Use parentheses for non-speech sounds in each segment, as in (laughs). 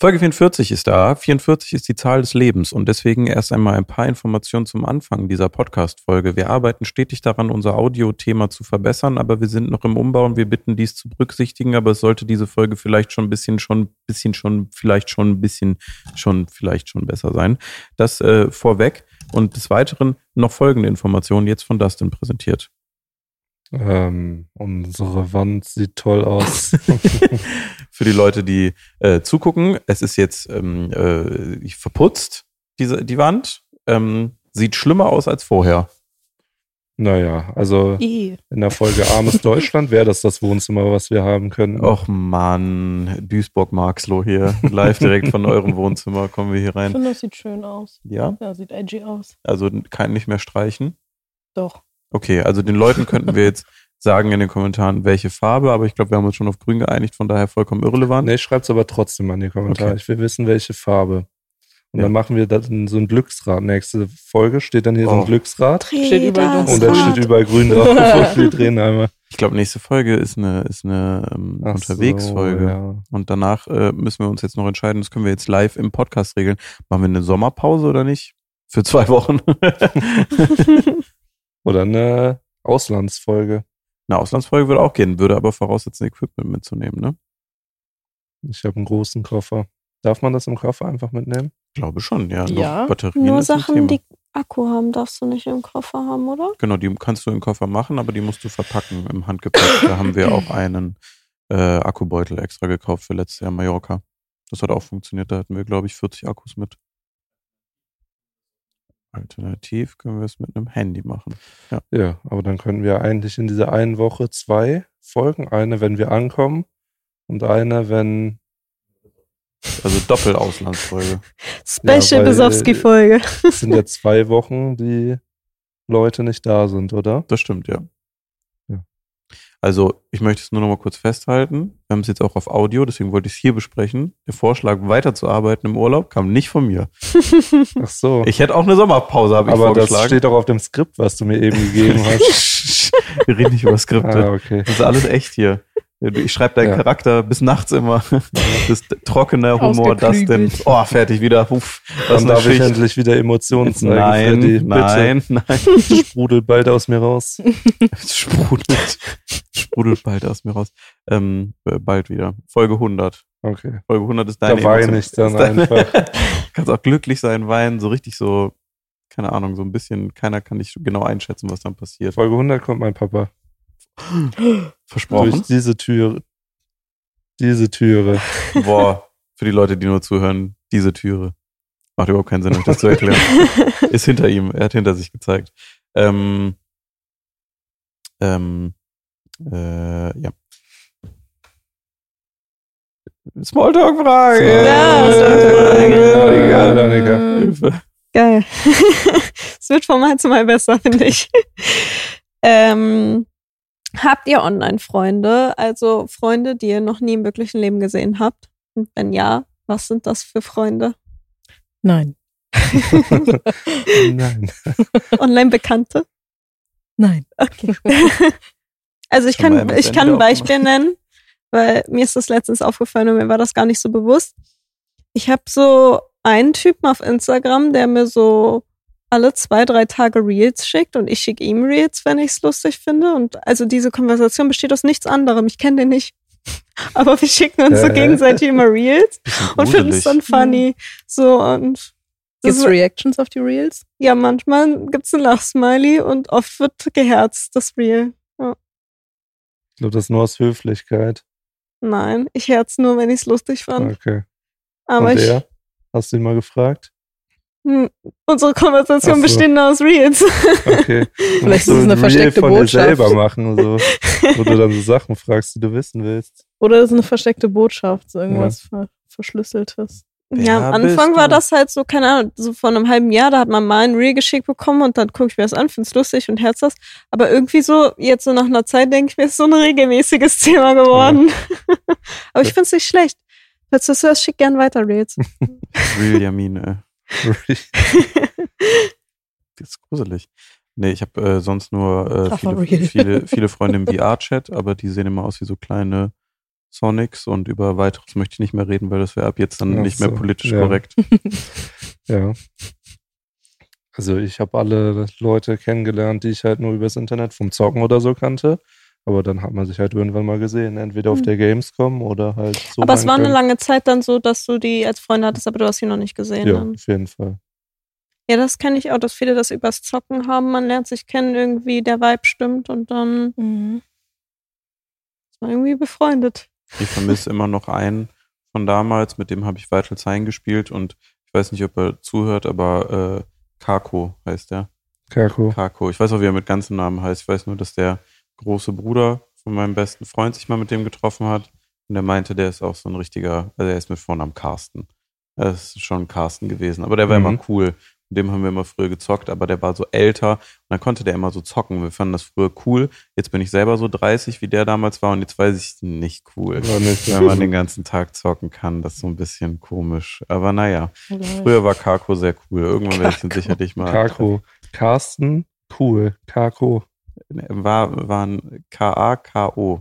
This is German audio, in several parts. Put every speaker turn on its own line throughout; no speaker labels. Folge 44 ist da. 44 ist die Zahl des Lebens und deswegen erst einmal ein paar Informationen zum Anfang dieser Podcast-Folge. Wir arbeiten stetig daran, unser Audio-Thema zu verbessern, aber wir sind noch im Umbau und wir bitten dies zu berücksichtigen. Aber es sollte diese Folge vielleicht schon ein bisschen, schon ein bisschen, schon vielleicht schon ein bisschen, schon vielleicht schon besser sein. Das äh, vorweg und des Weiteren noch folgende Informationen jetzt von Dustin präsentiert.
Ähm, unsere Wand sieht
(laughs)
toll aus.
Für die Leute, die äh, zugucken, es ist jetzt ähm, äh, verputzt, diese, die Wand. Ähm, sieht schlimmer aus als vorher.
naja, also
Ih.
in der Folge Armes Deutschland wäre das das Wohnzimmer, was wir haben können.
Och Mann, Duisburg-Marxloh hier, live direkt von eurem Wohnzimmer kommen wir hier
Ich
rein.
finde, das sieht schön aus.
Ja,
Ja, sieht edgy aus.
also kein nicht mehr streichen.
Doch.
Okay, also den Leuten könnten wir jetzt sagen in den Kommentaren, welche Farbe, aber ich glaube, wir haben uns schon auf grün geeinigt, von daher vollkommen irrelevant.
Nee, schreibt's aber trotzdem an die Kommentare.
Okay.
Ich will wissen, welche Farbe. Und
Ja.
dann machen wir das in so ein Glücksrad. Nächste Folge steht dann hier so
Oh.
ein Glücksrad.
Steht überall
Und
das
dann steht überall grün drauf. wir drehen einmal.
Ich glaube, nächste Folge ist eine, ist eine ähm,
Ach
Unterwegsfolge.
So, ja.
Und danach äh, müssen wir uns jetzt noch entscheiden, das können wir jetzt live im Podcast regeln. Machen wir eine Sommerpause oder nicht? Für zwei (laughs) Wochen.
Oder eine Auslandsfolge.
eine Auslandsfolge würde auch gehen, würde aber voraussetzen, Equipment mitzunehmen, ne?
Ich habe einen großen Koffer. Darf man das im Koffer einfach mitnehmen?
Glaube schon, ja.
Ja.
Noch Batterien
Nur
ist ein Thema.
Sachen, die Akku haben, darfst du nicht im Koffer haben, oder?
Genau, die kannst du im Koffer machen, aber die musst du verpacken im Handgepäck. Da haben wir auch einen äh, Akkubeutel extra gekauft für letztes Jahr in Mallorca. Das hat auch funktioniert. Da hatten wir, glaube ich, 40 Akkus mit. Alternativ können wir es mit einem Handy machen.
Ja, aber dann könnten wir eigentlich in dieser einen Woche zwei Folgen. Eine, wenn wir ankommen und eine, wenn.
Also Doppel-Auslandsfolge.
Special
Special
weil- Besowski-Folge.
Besowski-Folge.
Es sind ja zwei Wochen, die Leute nicht da sind, oder?
Das stimmt, ja.
Ja.
Also, ich möchte es nur noch mal kurz festhalten. Wir haben es jetzt auch auf Audio, deswegen wollte ich es hier besprechen. Der Vorschlag, weiterzuarbeiten im Urlaub, kam nicht von mir.
Ach so.
Ich hätte auch eine Sommerpause, habe ich
aber das
vorgeschlagen.
steht doch auf dem Skript, was du mir eben gegeben hast.
(laughs) Wir reden nicht über Skripte.
ah, okay.
Das ist alles echt hier. Ich schreibe deinen
Ja.
Charakter bis nachts
(laughs)
immer. Das ist trockener Humor, das denn.
Ausgeklügelt.
Oh, fertig wieder. Uff, was
Dann
eine
darf ich
Schicht.
endlich wieder Emotionen zeigen.
Nein,
Freddy.
nein, nein.
Bitte sprudel bald aus mir raus.
Es sprudelt. Es sprudelt bald aus mir raus. Ähm, äh, bald wieder. Folge 100.
Okay.
Folge 100 ist
Da
deine
weine
Emotion.
ich dann
Ist deine-
einfach.
Kannst auch glücklich sein, weinen, so richtig so, keine Ahnung, so ein bisschen, keiner kann dich genau einschätzen, was dann passiert.
Folge 100 kommt mein Papa.
Versprochen.
Durch diese Türe. Diese Türe.
Boah, für die Leute, die nur zuhören, diese Türe. Macht überhaupt keinen Sinn, euch das zu erklären.
(laughs)
Ist hinter ihm, er hat hinter sich gezeigt. Ähm, ähm, äh, ja. Smalltalk-Frage!
Smalltalk-Frage.
Ja, Danica.
Hilfe.
Geil. (laughs) Es wird von Mal zu Mal besser, finde ich. Ähm, habt ihr Online-Freunde? Also Freunde, die ihr noch nie im wirklichen Leben gesehen habt? Und wenn ja, was sind das für
(laughs)
Freunde?
Nein.
Nein.
Online-Bekannte?
Nein. (laughs)
Also ich
Schon mal
kann,
MSN
ich kann ein
wieder
Beispiel nennen, weil mir ist das letztens aufgefallen und mir war das gar nicht so bewusst. Ich habe so einen Typen auf Instagram, der mir so alle zwei, drei Tage Reels schickt und ich schicke ihm Reels, wenn ich es lustig finde. Und also diese Konversation besteht aus nichts anderem. Ich kenne den nicht. (laughs) Aber wir schicken uns so
Äh.
gegenseitig immer Reels
Bisschen
und finden es
gruselig.
dann funny. So und das
Gibt's
ist,
Reactions auf die Reels?
ja, manchmal gibt's ein Lachsmiley und oft wird geherzt, das Reel.
Ich glaube, das ist nur aus Höflichkeit.
Nein, ich herz nur, wenn ich es lustig fand.
Okay.
Aber
Und
ich,
er? Hast du ihn mal gefragt?
Hm, Unsere
Ach
Konversation
so.
besteht nur aus Reels. (laughs)
Okay.
Vielleicht
Du
ist es eine
musst so ein Reel
versteckte
von dir
Botschaft.
selber machen, so, wo du dann so Sachen fragst, die du wissen willst.
(laughs) Oder ist eine versteckte Botschaft, so irgendwas ver Verschlüsseltes?
Ja,
Wer
am Anfang
bist
war
du?
das halt so, keine Ahnung, so vor einem halben Jahr, da hat man mal ein Reel geschickt bekommen und dann gucke ich mir das an, finde es lustig und herz das. Aber irgendwie so, jetzt so nach einer Zeit, denke ich mir, ist so ein regelmäßiges (laughs) Thema geworden. (laughs) Aber ich finde es nicht schlecht. Falls du das hörst, schick gern weiter Reels.
Real Yamin, ey. Das ist gruselig. Nee, ich habe äh, sonst nur äh,
Ach, for
viele,
real.
(laughs)
viele, viele Freunde im VR-Chat, aber die sehen immer aus wie so kleine Sonics und über weiteres möchte ich nicht mehr reden, weil das wäre ab jetzt dann
Ach
nicht mehr
so,
politisch
ja.
korrekt.
Ja. Also ich habe alle Leute kennengelernt, die ich halt nur übers Internet vom Zocken oder so kannte. Aber dann hat man sich halt irgendwann mal gesehen, entweder auf
Hm.
der Gamescom oder halt so.
aber es war eine
lang
lange Zeit dann so, dass du die als Freunde hattest, aber du hast sie noch nicht gesehen.
Ja,
dann.
auf jeden Fall.
ja das kenne ich auch, dass viele das übers Zocken haben. Man lernt sich kennen irgendwie, der Vibe stimmt und dann
Mhm.
ist man irgendwie befreundet.
Ich vermisse immer noch einen von damals, mit dem habe ich Vital Sign gespielt und ich weiß nicht, ob er zuhört, aber äh, Kako heißt er.
Kako.
Kako. Ich weiß auch, wie er mit ganzem Namen heißt. Ich weiß nur, dass der große Bruder von meinem besten Freund sich mal mit dem getroffen hat. Und der meinte, der ist auch so ein richtiger, also er ist mit Vornamen Carsten. Er ist schon Carsten gewesen. Aber der war
Mhm.
immer cool. Mit dem haben wir immer früher gezockt, aber der war so älter. Und dann konnte der immer so zocken. Wir fanden das früher cool. Jetzt bin ich selber so 30, wie der damals war. Und jetzt weiß ich nicht cool.
War nicht
Wenn man den ganzen Tag zocken kann, das ist so ein bisschen komisch. Aber naja, früher war Kako sehr cool. Irgendwann werde ich ihn
Kako.
sicherlich mal.
(laughs) Kako. Carsten, cool. Kako.
Nee, War, waren K-A-K-O.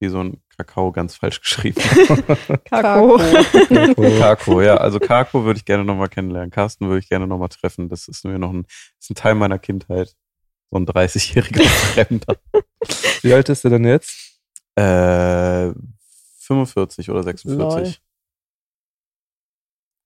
Wie so ein Kakao ganz falsch (laughs) geschrieben.
Kako.
(laughs) Kako.
Kako, ja. (laughs) Also Kako würde ich gerne nochmal kennenlernen. Carsten würde ich gerne nochmal treffen. Das ist mir noch ein, ist ein Teil meiner Kindheit. So ein (laughs) 30-jähriger Fremder.
Wie alt ist er denn jetzt?
Äh, 45 oder 46.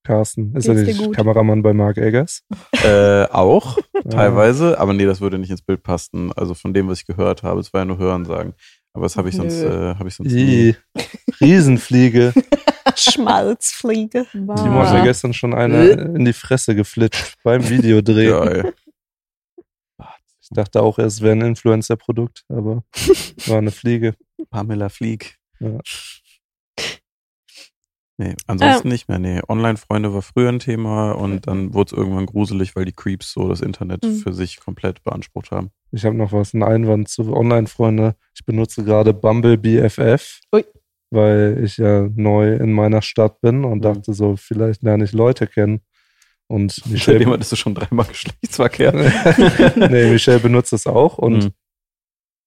Carsten. Ist
Geht's
er
dir
nicht
gut?
Kameramann bei Mark Eggers?
Äh, (laughs) auch
Ja.
(laughs) teilweise, aber nee, das würde nicht ins Bild passen. Also von dem, was ich gehört habe, es war ja nur Hören sagen. Aber das habe ich sonst,
Nö.
äh, habe ich sonst nie.
Ih, (laughs) Riesenfliege.
Schmalzfliege.
Die muss ja gestern schon einer
Äh.
in die Fresse geflitscht beim Videodreh.
Geil.
Ich dachte auch, es wäre ein Influencer-Produkt, aber war eine Fliege.
Pamela Flieg.
Ja.
Nee, ansonsten
Ähm.
nicht mehr. Nee, Online-Freunde war früher ein Thema und dann wurde es irgendwann gruselig, weil die Creeps so das Internet
Mhm.
für sich komplett beansprucht haben.
Ich habe noch was, einen Einwand zu Online-Freunde. Ich benutze gerade Bumble BFF,
Ui.
weil ich ja neu in meiner Stadt bin und
Mhm.
dachte so, vielleicht lerne ich Leute kennen.
(laughs)
Und Michelle,
Seitdem hattest du schon dreimal (laughs) Geschlechtsverkehr.
(laughs) nee, Michelle benutzt es auch. Und
Mhm.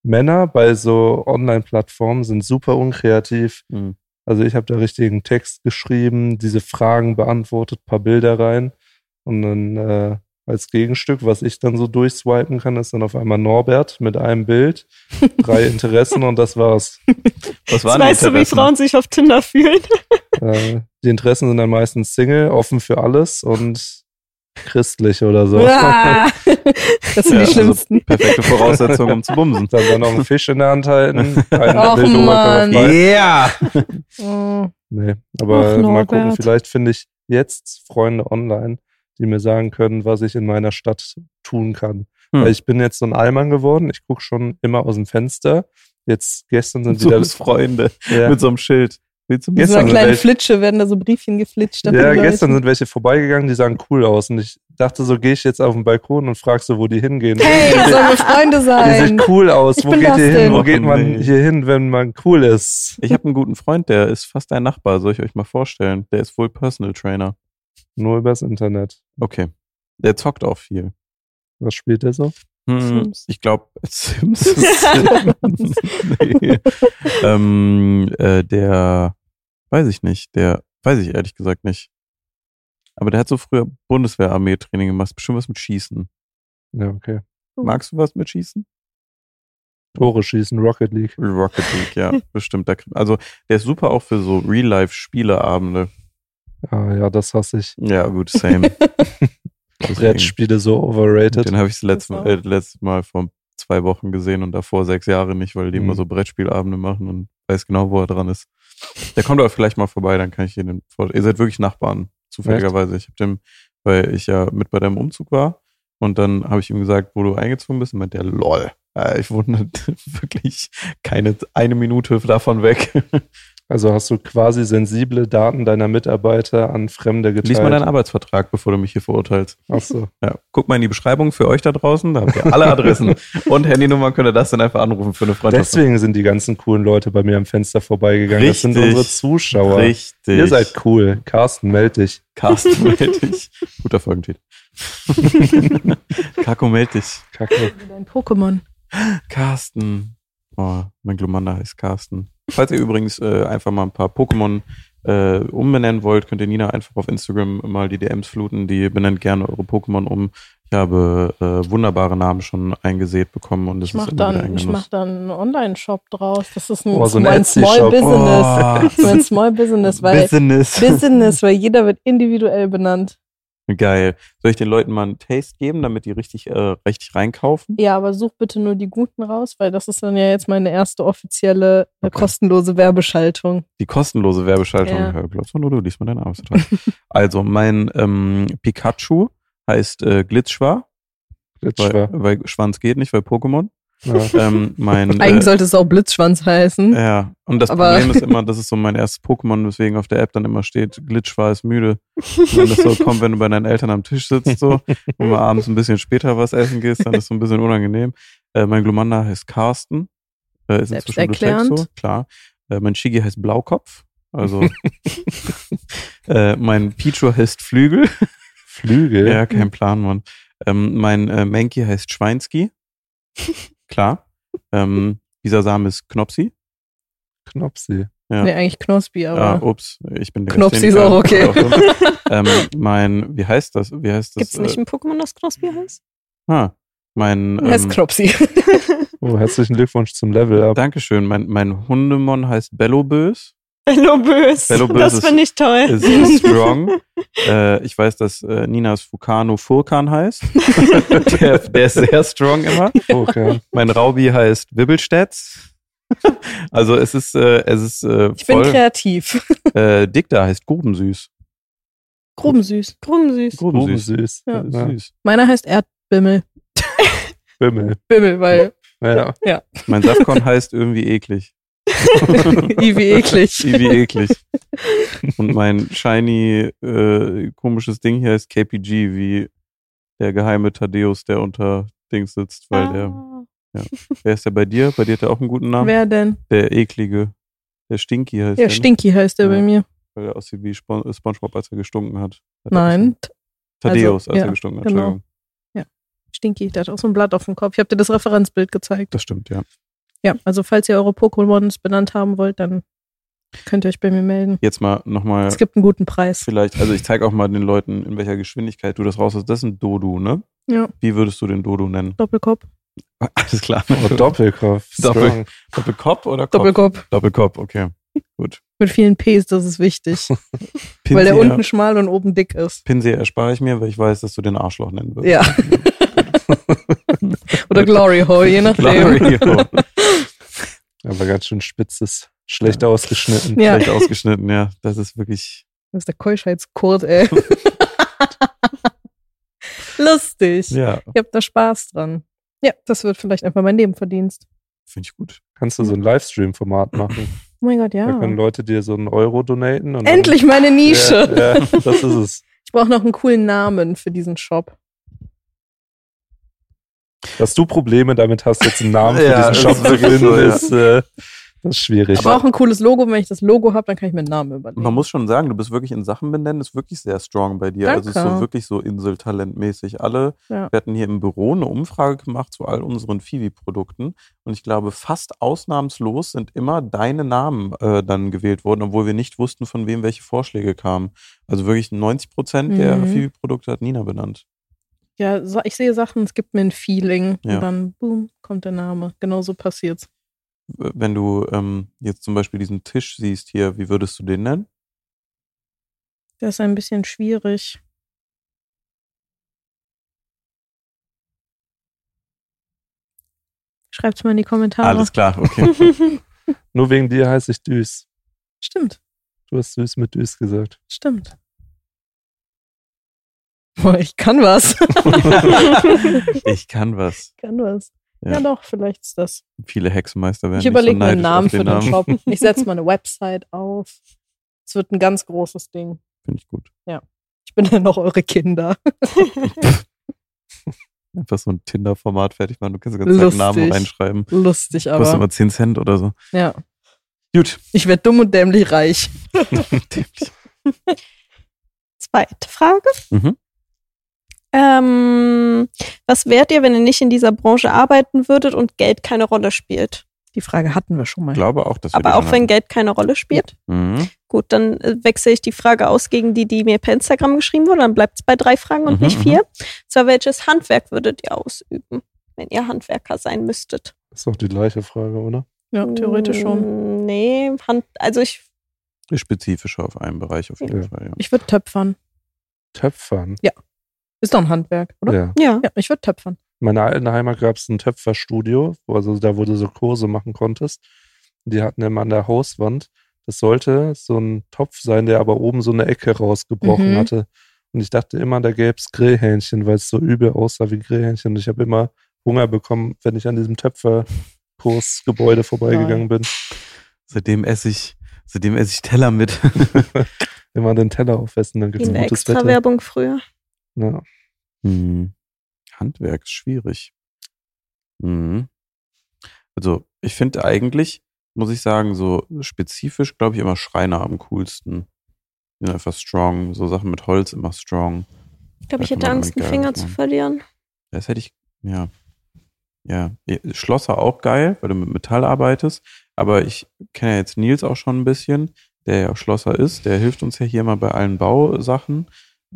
Männer bei so Online-Plattformen sind super unkreativ.
Mhm.
Also ich habe da richtigen Text geschrieben, diese Fragen beantwortet, paar Bilder rein. Und dann äh, als Gegenstück, was ich dann so durchswipen kann, ist dann auf einmal Norbert mit einem Bild,
(laughs)
drei Interessen und das war's.
Was
Jetzt
waren
weißt du, wie Frauen sich auf Tinder fühlen.
Äh, die Interessen sind dann meistens Single, offen für alles und christlich oder so.
Ah, (laughs) das sind
Ja,
die
also-
(laughs)
schlimmsten.
Perfekte Voraussetzung, um zu bumsen.
Dann, dann noch einen Fisch in der Hand
(laughs)
halten. einen
Och,
Bild Oberkörper
Mann.
frei.
Yeah!
Mhm.
Nee, aber
Ach,
mal
Norbert.
gucken, vielleicht finde ich jetzt Freunde online, die mir sagen können, was ich in meiner Stadt tun kann.
Hm.
Weil ich bin jetzt so ein Allmann geworden, ich gucke schon immer aus dem Fenster. Jetzt gestern
(laughs)
sind
So
wieder
bist Freunde
ja,
mit so einem Schild. Willst du
Mit so
Gestern
einer kleinen
welche-
Flitsche werden da so Briefchen geflitscht. von
ja,
Leuten.
gestern sind welche vorbeigegangen, die sagen cool aus und ich dachte so, gehe ich jetzt auf den Balkon und frage so, wo die hingehen.
Hey, das sollen wir
(laughs)
Freunde
Die
sein.
sieht cool aus.
Ich
Wo
bin
geht ihr
das
hin?
denn.
Wo geht
Och,
man
Oh, nee.
hier hin, wenn man cool ist?
Ich habe einen guten Freund, der ist fast ein Nachbar, soll ich euch mal vorstellen. Der ist wohl Personal Trainer.
Nur übers Internet.
Okay. Der zockt auch viel.
Was spielt der so?
Hm,
Sims.
Ich glaube, (laughs) Sims. Sims. nee. ähm, äh, der, weiß ich nicht, der, weiß ich ehrlich gesagt nicht. Aber der hat so früher Bundeswehrarmee-Training gemacht, bestimmt was mit Schießen.
Ja, okay.
Magst du was mit Schießen?
Tore schießen, Rocket League.
Rocket League, ja, bestimmt. Da, krieg- also, der ist super auch für so Real-Life-Spieleabende.
Ah ja, das hasse ich.
Ja, gut, same. Deswegen.
Brettspiele so overrated.
Den habe ich das letzte,
Das auch.
äh, letztes Mal vor zwei Wochen gesehen und davor sechs Jahre nicht, weil die
Mhm.
immer so Brettspielabende machen und weiß genau, wo er dran ist. Der kommt aber vielleicht mal vorbei, dann kann ich dir den vor. Ihr seid wirklich Nachbarn, zufälligerweise. Ich habe dem, weil ich ja mit bei deinem Umzug war und dann habe ich ihm gesagt, wo du eingezogen bist und meinte der, lol. Äh, Ich wohne (laughs) wirklich keine eine Minute davon weg.
Also hast du quasi sensible Daten deiner Mitarbeiter an Fremde geteilt.
Lies mal deinen Arbeitsvertrag, bevor du mich hier verurteilst.
Ach so.
Ja, guck mal in die Beschreibung für euch da draußen. Da habt ihr alle
(laughs)
Adressen und Handynummern. Könnt ihr das dann einfach anrufen für eine Freundschaft.
Deswegen sind die ganzen coolen Leute bei mir am Fenster vorbeigegangen. Das sind
Richtig.
unsere Zuschauer.
Richtig.
Ihr seid cool. Carsten, meld dich.
Carsten meld dich. Guter
(laughs)
Folgentitel. Kako meld dich.
Kacke.
Dein Pokémon.
Carsten. Oh, mein Glumanda heißt Carsten. Falls ihr übrigens äh, einfach mal ein paar Pokémon äh, umbenennen wollt, könnt ihr Nina einfach auf Instagram mal die DMs fluten. Die benennt gerne eure Pokémon um. Ich habe äh, wunderbare Namen schon eingesät bekommen und es
Ich
ist
mach
immer wieder
dann,
ein
ich
Genuss.
mach dann einen Online-Shop draus. Das ist ein,
Oh, so ein
mein Small
Etsy-Shop.
Business.
Oh, (laughs)
Mein Small Business, weil
Business.
Business, weil jeder wird individuell benannt.
(laughs) Geil. Soll ich den Leuten mal einen Taste geben, damit die richtig, äh, richtig reinkaufen?
Ja, aber such bitte nur die guten raus, weil das ist dann ja jetzt meine erste offizielle äh,
Okay.
kostenlose Werbeschaltung.
Die kostenlose Werbeschaltung.
Ja.
Ja. Glaubst du nur, du liest mal deinen Arbeitsvertrag. also, mein ähm, Pikachu heißt äh, Glitschwa, weil,
Glitschwer.
weil Schwanz geht nicht, weil Pokémon.
Ja.
ähm, mein, äh,
Eigentlich sollte es auch Blitzschwanz heißen.
ja, und das
Hm? Aber-
Problem
(laughs)
ist immer, das ist so mein erstes Pokémon, weswegen auf der App dann immer steht, Glitschwa ist müde. Und wenn das so
(laughs)
kommt, wenn du bei deinen Eltern am Tisch sitzt, so, und mal abends ein bisschen später was essen gehst, dann ist es so ein bisschen unangenehm. Äh, mein Glumanda heißt Carsten. Äh, ist inzwischen
Selbsterklärend.
Reflex so, klar. Äh, mein Shigi heißt Blaukopf.
(laughs)
Also, (laughs) äh, mein Pichu heißt Flügel.
Flügel.
Ja, kein Plan, Mann. Ähm, mein äh, Menki heißt Schweinski.
(laughs)
Klar. Ähm, dieser Same ist Knopsi.
Knopsi.
Ja.
Nee, eigentlich Knospi,
Ah,
aber
ups, ich bin der
Knopsi ist auch okay. (laughs)
ähm, mein, wie heißt das? Wie heißt das?
Gibt's nicht ein Pokémon, das Knospi heißt?
äh, ah, mein,
heißt
ähm,
Kropsi. (laughs)
Oh, herzlichen Glückwunsch zum
(laughs)
Level Up.
Dankeschön. Mein, mein Hundemon heißt
(laughs)
Bellobös.
Bellobös.
Bellobös
Das
ist-
finde ich toll.
Ist ist
(laughs)
strong. äh, ich weiß, dass äh, Ninas Fukano Furkan
(laughs)
heißt. der, der ist sehr strong immer.
Okay.
Mein Raubi heißt Wibbelstätz. (laughs) Also es ist, äh, es ist äh,
Ich bin
voll.
kreativ.
Äh, Dicta heißt Grubensüß.
Grubensüß.
Grubensüß.
Grubensüß.
Ja.
Ja.
Ja.
Süß.
Meiner heißt Erdbimmel.
Bimmel.
(laughs)
Bimmel, weil (laughs)
Ja.
Mein Safkon heißt irgendwie eklig.
Ivi eklig. (laughs)
Irgendwie eklig. Und mein shiny äh, komisches Ding hier heißt KPG, wie der geheime Thaddeus, der unter Dings sitzt, weil der.
Ah.
Wer ist der bei dir? Bei dir hat er auch einen guten Namen.
Wer denn?
Der eklige. Der Stinky heißt
Ja,
der, ne?
Stinky heißt der
Ja.
bei mir.
Weil der aussieht wie Spon äh, Spongebob, als er gestunken hat. Hat er
Nein, Also,
Thaddeus, als
ja,
er gestunken hat.
genau.
Entschuldigung.
Stinky, der hat auch so ein Blatt auf dem Kopf. Ich habe dir das Referenzbild gezeigt.
Das stimmt, ja.
Ja, also falls ihr eure Pokémons benannt haben wollt, dann könnt ihr euch bei mir melden.
Jetzt mal nochmal
Es gibt einen guten Preis.
vielleicht, also ich zeige auch mal den Leuten, in welcher Geschwindigkeit du das raus hast. Das ist ein Dodo, ne?
Ja,
Wie würdest du den Dodo nennen? (laughs)
Doppelkopf.
Alles
(laughs)
klar.
Oh, Doppelkopf.
Doppel-
Strong.
Doppelkopf oder Kopf?
Doppelkopf.
Doppelkopf, okay. Gut.
Mit vielen Ps, das
(laughs)
ist wichtig. weil der unten schmal und oben dick ist.
Pinsel erspare ich mir, weil ich weiß, dass du den Arschloch nennen wirst.
Ja. (laughs) Oder Glory Hole, je nachdem.
(laughs)
(laughs)
Glory Hole.
Aber ganz schön spitzes. Schlecht ausgeschnitten.
Ja,
Schlecht ausgeschnitten, ja. Das ist wirklich.
das ist der
(laughs)
Keuschheitskurt, ey. Lustig.
Ja,
Ich hab da Spaß dran. Ja, das wird vielleicht einfach mein Nebenverdienst.
finde ich gut.
Kannst du so
(clears throat)
ein Livestream-Format machen?
Oh mein Gott,
Da
ja.
können Leute dir so einen Euro donaten. Und
Endlich meine
Dann,
Nische.
Ja, ja, das ist es.
Ich brauche noch einen coolen Namen für diesen Shop.
Dass du Probleme damit hast, jetzt einen Namen für
Ja, das
diesen Shop
ist
zu
wirklich
finden,
so, ja.
ist, äh, das ist schwierig.
Ich brauche ein cooles Logo. Wenn ich das Logo habe, dann kann ich mir einen Namen überlegen.
Man muss schon sagen, du bist wirklich in Sachen benennen, ist wirklich sehr strong bei dir. Also es ist
Danke.
so wirklich so Inseltalentmäßig. Alle,
Ja.
wir hatten hier im Büro eine Umfrage gemacht zu all unseren Fivi-Produkten und ich glaube, fast ausnahmslos sind immer deine Namen äh, dann gewählt worden, obwohl wir nicht wussten, von wem welche Vorschläge kamen. Also wirklich 90 Prozent der
Mhm.
Fivi-Produkte hat Nina benannt.
ja, so- ich sehe Sachen, es gibt mir ein Feeling.
Ja.
Und dann, boom, kommt der Name. Genau so passiert's.
W- Wenn du ähm, jetzt zum Beispiel diesen Tisch siehst hier, wie würdest du den nennen?
Das ist ein bisschen schwierig. Schreibt's mal in die Kommentare.
Alles klar, okay. (laughs)
Nur wegen dir heiße ich Düs.
Stimmt,
Du hast Düs mit Düs gesagt.
stimmt. Boah, ich
(laughs)
kann was.
ich kann was.
kann was.
Ja.
Ja, doch, vielleicht ist das.
Viele Hexenmeister werden
Ich
nicht
überlege
so
mir einen
neidisch auf
Namen für den
Namen. (laughs)
Shop. Ich setze mal eine Website auf. Es wird ein ganz großes Ding.
Finde ich gut.
Ich bin (laughs) dann noch eure Kinder.
Einfach so ein Tinder-Format fertig machen. Du kannst die ganze Zeit
Lustig.
Namen reinschreiben.
Lustig,
Kostet
aber.
immer 10 Cent oder so.
Ja.
Gut.
Ich werde dumm und dämlich reich.
Zweite Frage.
Mhm.
Ähm, was wärt ihr, wenn ihr nicht in dieser Branche arbeiten würdet und Geld keine Rolle spielt?
Die Frage hatten wir schon mal.
Ich glaube auch, dass wir die
Aber auch
schon
wenn
hatten.
Geld keine Rolle spielt.
Mhm.
Gut, dann äh, wechsle ich die Frage aus gegen die, die mir per Instagram geschrieben wurde. Dann bleibt es bei drei Fragen und
Mhm,
nicht vier. Zwar, welches Handwerk würdet ihr ausüben, wenn ihr Handwerker sein müsstet?
Ist doch die gleiche Frage, oder?
ja, theoretisch schon.
Mm, Nee, Hand, also ich,
Ist Spezifischer auf einen Bereich auf jeden
Ja.
Fall. Ja.
Ich würde töpfern.
Töpfern.
Ist doch ein Handwerk, oder?
Ja.
ja.
Ja, ich würde töpfern.
In meiner alten Heimat gab es ein Töpferstudio, wo- also da, wo du so Kurse machen konntest. Die hatten immer an der Hauswand. Das sollte so ein Topf sein, der aber oben so eine Ecke rausgebrochen
Mhm.
hatte. Und ich dachte immer, da gäbe es Grillhähnchen, weil es so übel aussah wie Grillhähnchen. Und ich habe immer Hunger bekommen, wenn ich an diesem Töpferkursgebäude vorbeigegangen bin.
Seitdem esse ich, seitdem esse ich Teller mit. (laughs)
Immer den Teller aufessen, dann
Wie
gibt es
in der
gutes Wetter.
Extra-Werbung früher.
Ja.
Hm. Handwerk ist schwierig. Mhm. Also, ich finde eigentlich, muss ich sagen, so spezifisch, glaube ich, immer Schreiner am coolsten. Sind einfach strong. So Sachen mit Holz immer strong.
Ich glaube, ich
Da kann
hätte
man
Angst,
damit
einen
gar
Finger
nichts
zu
machen.
verlieren.
Das hätte ich, ja. Ja, Schlosser auch geil, weil du mit Metall arbeitest. Aber ich kenne ja jetzt Nils auch schon ein bisschen, der ja Schlosser ist. Der hilft uns ja hier mal bei allen Bausachen.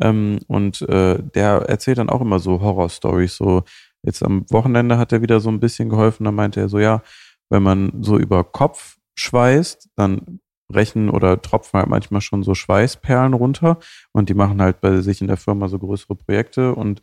Ähm, und äh, der erzählt dann auch immer so Horror-Stories. So, jetzt am Wochenende hat er wieder so ein bisschen geholfen. Da meinte er so, ja, wenn man so über Kopf schweißt, dann brechen oder tropfen halt manchmal schon so Schweißperlen runter. Und die machen halt bei sich in der Firma so größere Projekte. Und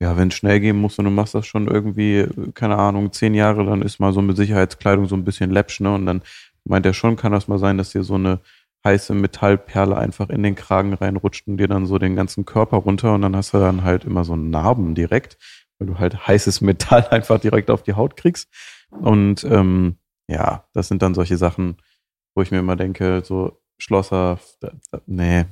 ja, wenn es schnell gehen muss und du machst das schon irgendwie, keine Ahnung, zehn Jahre, dann ist mal so mit Sicherheitskleidung so ein bisschen läppsch, ne? Und dann meint er schon, kann das mal sein, dass dir so eine heiße Metallperle einfach in den Kragen reinrutscht und dir dann so den ganzen Körper runter und dann hast du dann halt immer so Narben direkt, weil du halt (laughs) heißes Metall einfach direkt auf die Haut kriegst. Und ähm, ja, das sind dann solche Sachen, wo ich mir immer denke, so Schlosser, da, da, nee,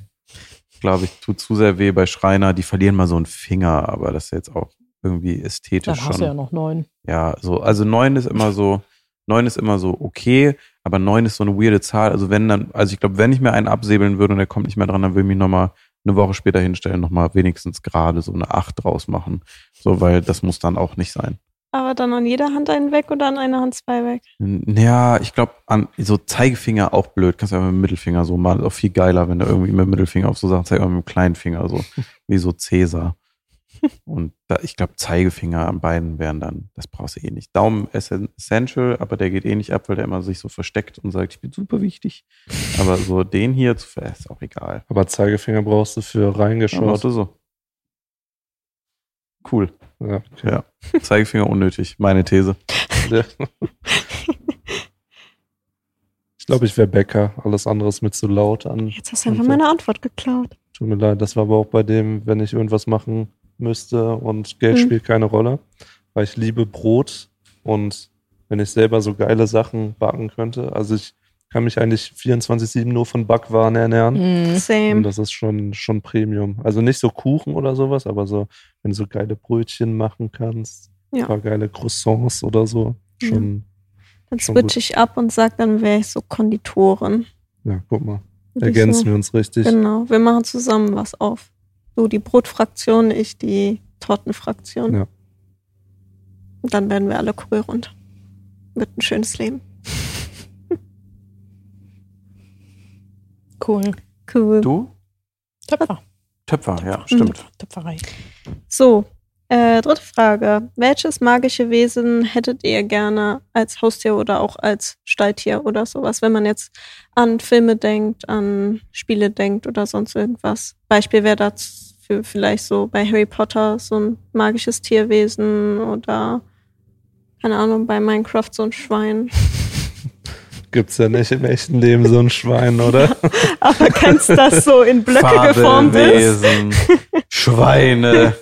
glaube ich, tut zu sehr weh bei Schreiner. Die verlieren mal so einen Finger, aber das ist jetzt auch irgendwie ästhetisch
Dann
schon.
hast du ja noch neun.
Ja, so, also neun ist immer so, neun ist immer so okay, aber neun ist so eine weirde Zahl. Also wenn dann, also ich glaube, wenn ich mir einen absäbeln würde und er kommt nicht mehr dran, dann würde ich mich nochmal eine Woche später hinstellen, nochmal wenigstens gerade so eine Acht draus machen. So, weil das muss dann auch nicht sein.
Aber dann an jeder Hand einen weg oder an einer Hand zwei weg.
N- Ja, ich glaube, an so Zeigefinger auch blöd. Kannst du einfach mit dem Mittelfinger so machen. Ist auch viel geiler, wenn du irgendwie mit dem Mittelfinger auf so Sachen zeigst, aber mit dem kleinen Finger (laughs) so. Wie so Cäsar. Und da, ich glaube, Zeigefinger an beiden wären dann, das brauchst du eh nicht. Daumen ist essential, aber der geht eh nicht ab, weil der immer sich so versteckt und sagt, ich bin super wichtig. Aber so den hier zu ver- ist auch egal.
Aber Zeigefinger brauchst du für
Dann machst
reingeschaut.
du so. Cool.
Ja, okay.
Ja. Zeigefinger unnötig, meine These.
Ich glaube, ich wäre Bäcker. Alles andere ist mir zu laut an.
Jetzt hast du einfach meine Antwort geklaut.
Tut mir leid, das war aber auch bei dem, wenn ich irgendwas machen müsste und Geld
Mhm.
spielt keine Rolle, weil ich liebe Brot und wenn ich selber so geile Sachen backen könnte, also ich kann mich eigentlich 24-7 nur von Backwaren
Mhm.
ernähren und
Mhm.
Same.
Hm? das ist schon, schon Premium. Also nicht so Kuchen oder sowas, aber so, wenn du so geile Brötchen machen kannst,
Ja. Mhm.
ein paar geile Croissants oder so,
Ja.
schon,
Dann
schon gut.
switch ich ab und sag, dann wäre ich so Konditorin.
ja, guck mal,
Würde ich
ergänzen
so.
wir uns richtig.
Genau, wir machen zusammen was auf. Du die Brotfraktion, ich die Tortenfraktion.
Ja.
Und dann werden wir alle rund. Wird ein schönes Leben.
Cool.
Cool.
Du?
Töpfer.
Töpfer, ja, stimmt.
Töpfer- Töpferei.
So, äh, dritte Frage. Welches magische Wesen hättet ihr gerne als Haustier oder auch als Stalltier oder sowas, wenn man jetzt an Filme denkt, an Spiele denkt oder sonst irgendwas? Beispiel wäre das für vielleicht so bei Harry Potter so ein magisches Tierwesen oder keine Ahnung, bei Minecraft so ein Schwein. (laughs)
Gibt's ja nicht im echten Leben so ein
(laughs)
Schwein, oder?
Aber kennst das so in Blöcke geformt ist?
Fabelwesen, (laughs) Schweine.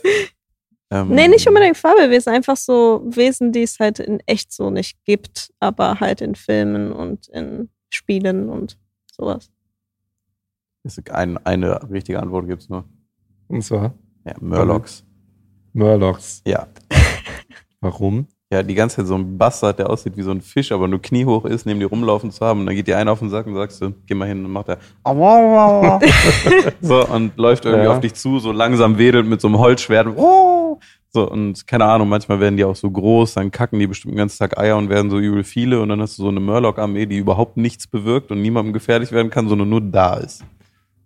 Ähm,
Nee, nicht unbedingt Fabelwesen, einfach so Wesen, die es halt in echt so nicht gibt, aber halt in Filmen und in Spielen und sowas.
Ist ein, eine richtige Antwort gibt's nur.
Und zwar
Ja, Murlocs.
Murlocs.
Ja.
Warum?
Ja, die ganze Zeit so ein Bastard, der aussieht wie so ein Fisch, aber nur kniehoch ist, neben dir rumlaufen zu haben. Und dann geht dir einer auf den Sack und sagst du, geh mal hin und macht er. au, au, au, au.
(laughs)
so, und läuft irgendwie
Ja.
auf dich zu, so langsam wedelt mit so einem Holzschwert. Oh, So, und keine Ahnung, manchmal werden die auch so groß, dann kacken die bestimmt den ganzen Tag Eier und werden so übel viele und dann hast du so eine Murloc-Armee, die überhaupt nichts bewirkt und niemandem gefährlich werden kann, sondern nur da ist.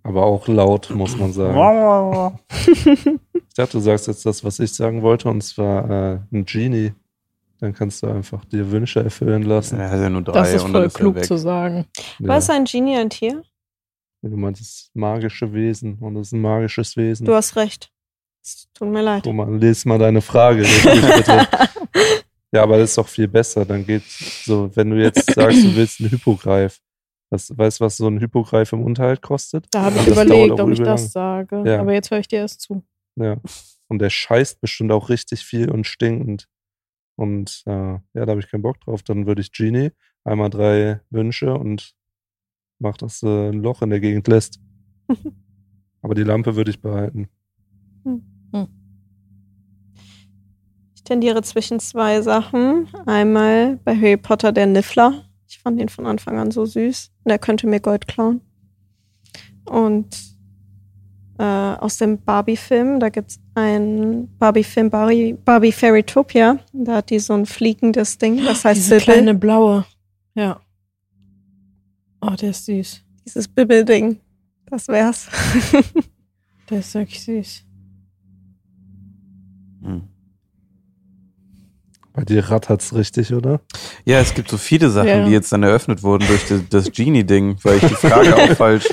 Aber auch laut, muss man sagen.
Ja,
(laughs) Ich dachte, du sagst jetzt das, was ich sagen wollte, und zwar äh, ein Genie. Dann kannst du einfach dir Wünsche erfüllen lassen.
er hat ja nur drei
Das ist
und dann
voll
ist er
klug
weg.
zu sagen.
War es ein Genie ein Tier?
Du meinst magische Wesen und es ist ein magisches Wesen.
Du hast recht. Es Hm. tut mir leid.
Roman, lese mal deine Frage richtig, bitte. ja, aber das ist doch viel besser. Dann geht so, wenn du jetzt sagst, du willst einen Hypogreif. Was, weißt du, was so ein Hypogreif im Unterhalt kostet?
Da habe
Ja,
ich
das
überlegt,
dauert auch
ob ich
übel lang.
das sage.
Ja.
Aber jetzt höre ich dir erst zu.
Ja. Und der scheißt bestimmt auch richtig viel und stinkend. Und äh, ja, da habe ich keinen Bock drauf. Dann würde ich Genie einmal drei Wünsche und mach, dass du ein Loch in der Gegend lässt. Aber die Lampe würde ich behalten.
Ich tendiere zwischen zwei Sachen. Einmal bei Harry Potter der Niffler. Ich fand ihn von Anfang an so süß. Und er könnte mir Gold klauen. Und äh, aus dem Barbie-Film, da gibt's einen Barbie-Film, Barbie, Barbie Fairytopia. Da hat die so ein fliegendes Ding, das heißt
Diese
Bibble.
kleine blaue. Ja. Oh, der ist süß.
Dieses Bibbelding. Das wär's.
Der ist wirklich süß.
Hm.
Bei dir rattert's richtig, oder?
Ja, es gibt so viele Sachen,
Ja.
die jetzt dann eröffnet wurden durch das, das Genie-Ding, weil ich die Frage
(laughs)
auch falsch,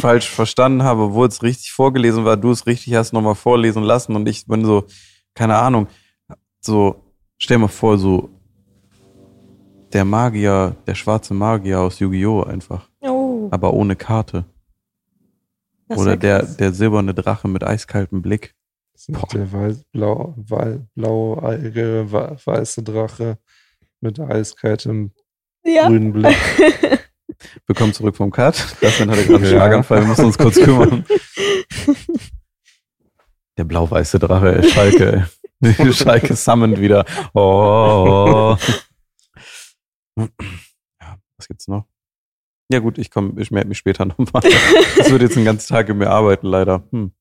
falsch verstanden habe, obwohl es richtig vorgelesen war, du es richtig hast nochmal vorlesen lassen und ich bin so, keine Ahnung, so, stell mal vor, so der Magier, der schwarze Magier aus Yu-Gi-Oh! einfach,
(laughs) oh,
aber ohne Karte.
das
Oder
wär
der,
krass.
der silberne Drache mit eiskaltem Blick.
Das ist Der weiß, blau, wei, blauäugige, wei- weiße Drache mit eiskaltem
ja.
grünen Blick.
Willkommen zurück vom Cut. Dustin hatte gerade einen
Ja.
Schlaganfall, wir müssen uns kurz kümmern. Der blau-weiße Drache, ey, Schalke. ey. Schalke summoned wieder. Oh. Ja, was gibt's noch? Ja gut, ich komme, ich melde mich später nochmal. Das wird jetzt einen ganzen Tag in mir arbeiten, leider. Hm.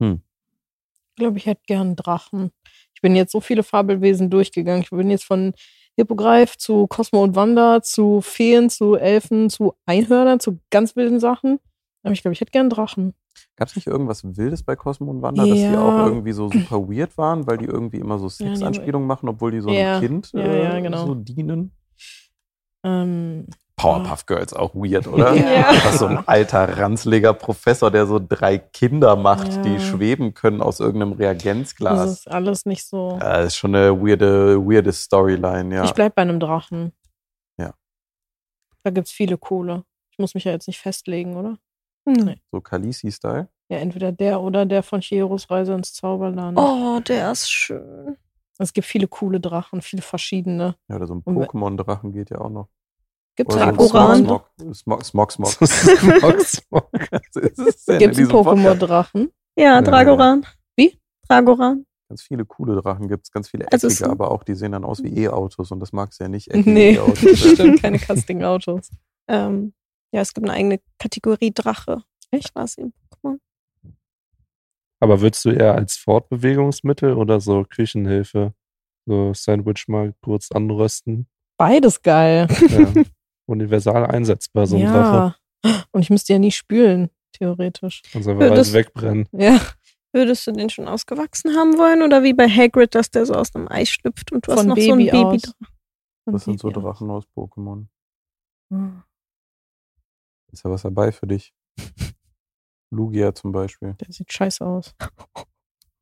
Ich glaube, ich hätte gern einen Drachen. Ich bin jetzt so viele Fabelwesen durchgegangen. Ich bin jetzt von Hippogreif zu Cosmo und Wanda, zu Feen, zu Elfen, zu Einhörnern, zu ganz wilden Sachen. Aber ich glaube, ich hätte gern einen Drachen.
Gab's nicht irgendwas Wildes bei Cosmo und Wanda, dass die
Ja.
auch irgendwie so super weird waren, weil die irgendwie immer so Sexanspielungen machen, obwohl die so
Ja.
einem Kind
Ja,
äh,
ja, genau.
so dienen?
Ähm,
Powerpuff Girls auch weird, oder?
Ja.
Was so ein alter ranzliger Professor, der so drei Kinder macht,
Ja.
die schweben können aus irgendeinem
das
Reagenzglas.
ist alles nicht so.
Das ist schon eine weirde, weirde Storyline, ja.
Ich bleib bei einem Drachen.
Ja.
Da gibt's viele Kohle. Ich muss mich ja jetzt nicht festlegen, oder?
Hm.
So Khaleesi-Style.
Ja, entweder der oder der von Chihiros Reise ins Zauberland.
Oh, der ist schön.
Es gibt viele coole Drachen, viele verschiedene.
Ja, oder so ein
Und we-
Pokémon-Drachen geht ja auch noch.
Gibt's
Oder
einen
so
Oran.
Pokémon?
Smog, Smog, Smog, Smog.
Das ist Smog, Smog.
(laughs) Was ist denn in
Gibt's einen
diesem Podcast? (laughs)
Pokémon-Drachen?
Ja,
Ja.
Dragoran.
Wie?
Dragoran.
Ganz viele coole Drachen gibt's, ganz viele
Also
eckige,
es sind-
aber auch die sehen dann aus wie E-Autos und das magst du ja nicht. eckige
Mhm. Nee, (laughs)
E-Autos.
stimmt, keine Casting-Autos.
Ähm, ja, es gibt eine eigene Kategorie Drache.
Echt?
Quasi.
Aber würdest du eher als Fortbewegungsmittel oder so Küchenhilfe so Sandwich mal kurz anrösten?
Beides geil.
Ja.
(laughs)
Universal einsetzbar, so ein Drache.
ja. Und ich müsste ja nie spülen, theoretisch.
Kannst einfach alles
Würdest-
wegbrennen.
Ja,
Würdest du den schon ausgewachsen haben wollen oder wie bei Hagrid, dass der so aus einem Ei schlüpft und du hast
von
noch
Baby,
so ein Baby
aus.
drin?
Von
Das sind so
Baby aus.
Drachen aus Pokémon.
Ah.
Ist ja was dabei für
(laughs)
dich. Lugia zum Beispiel.
Der sieht scheiße aus. Oh,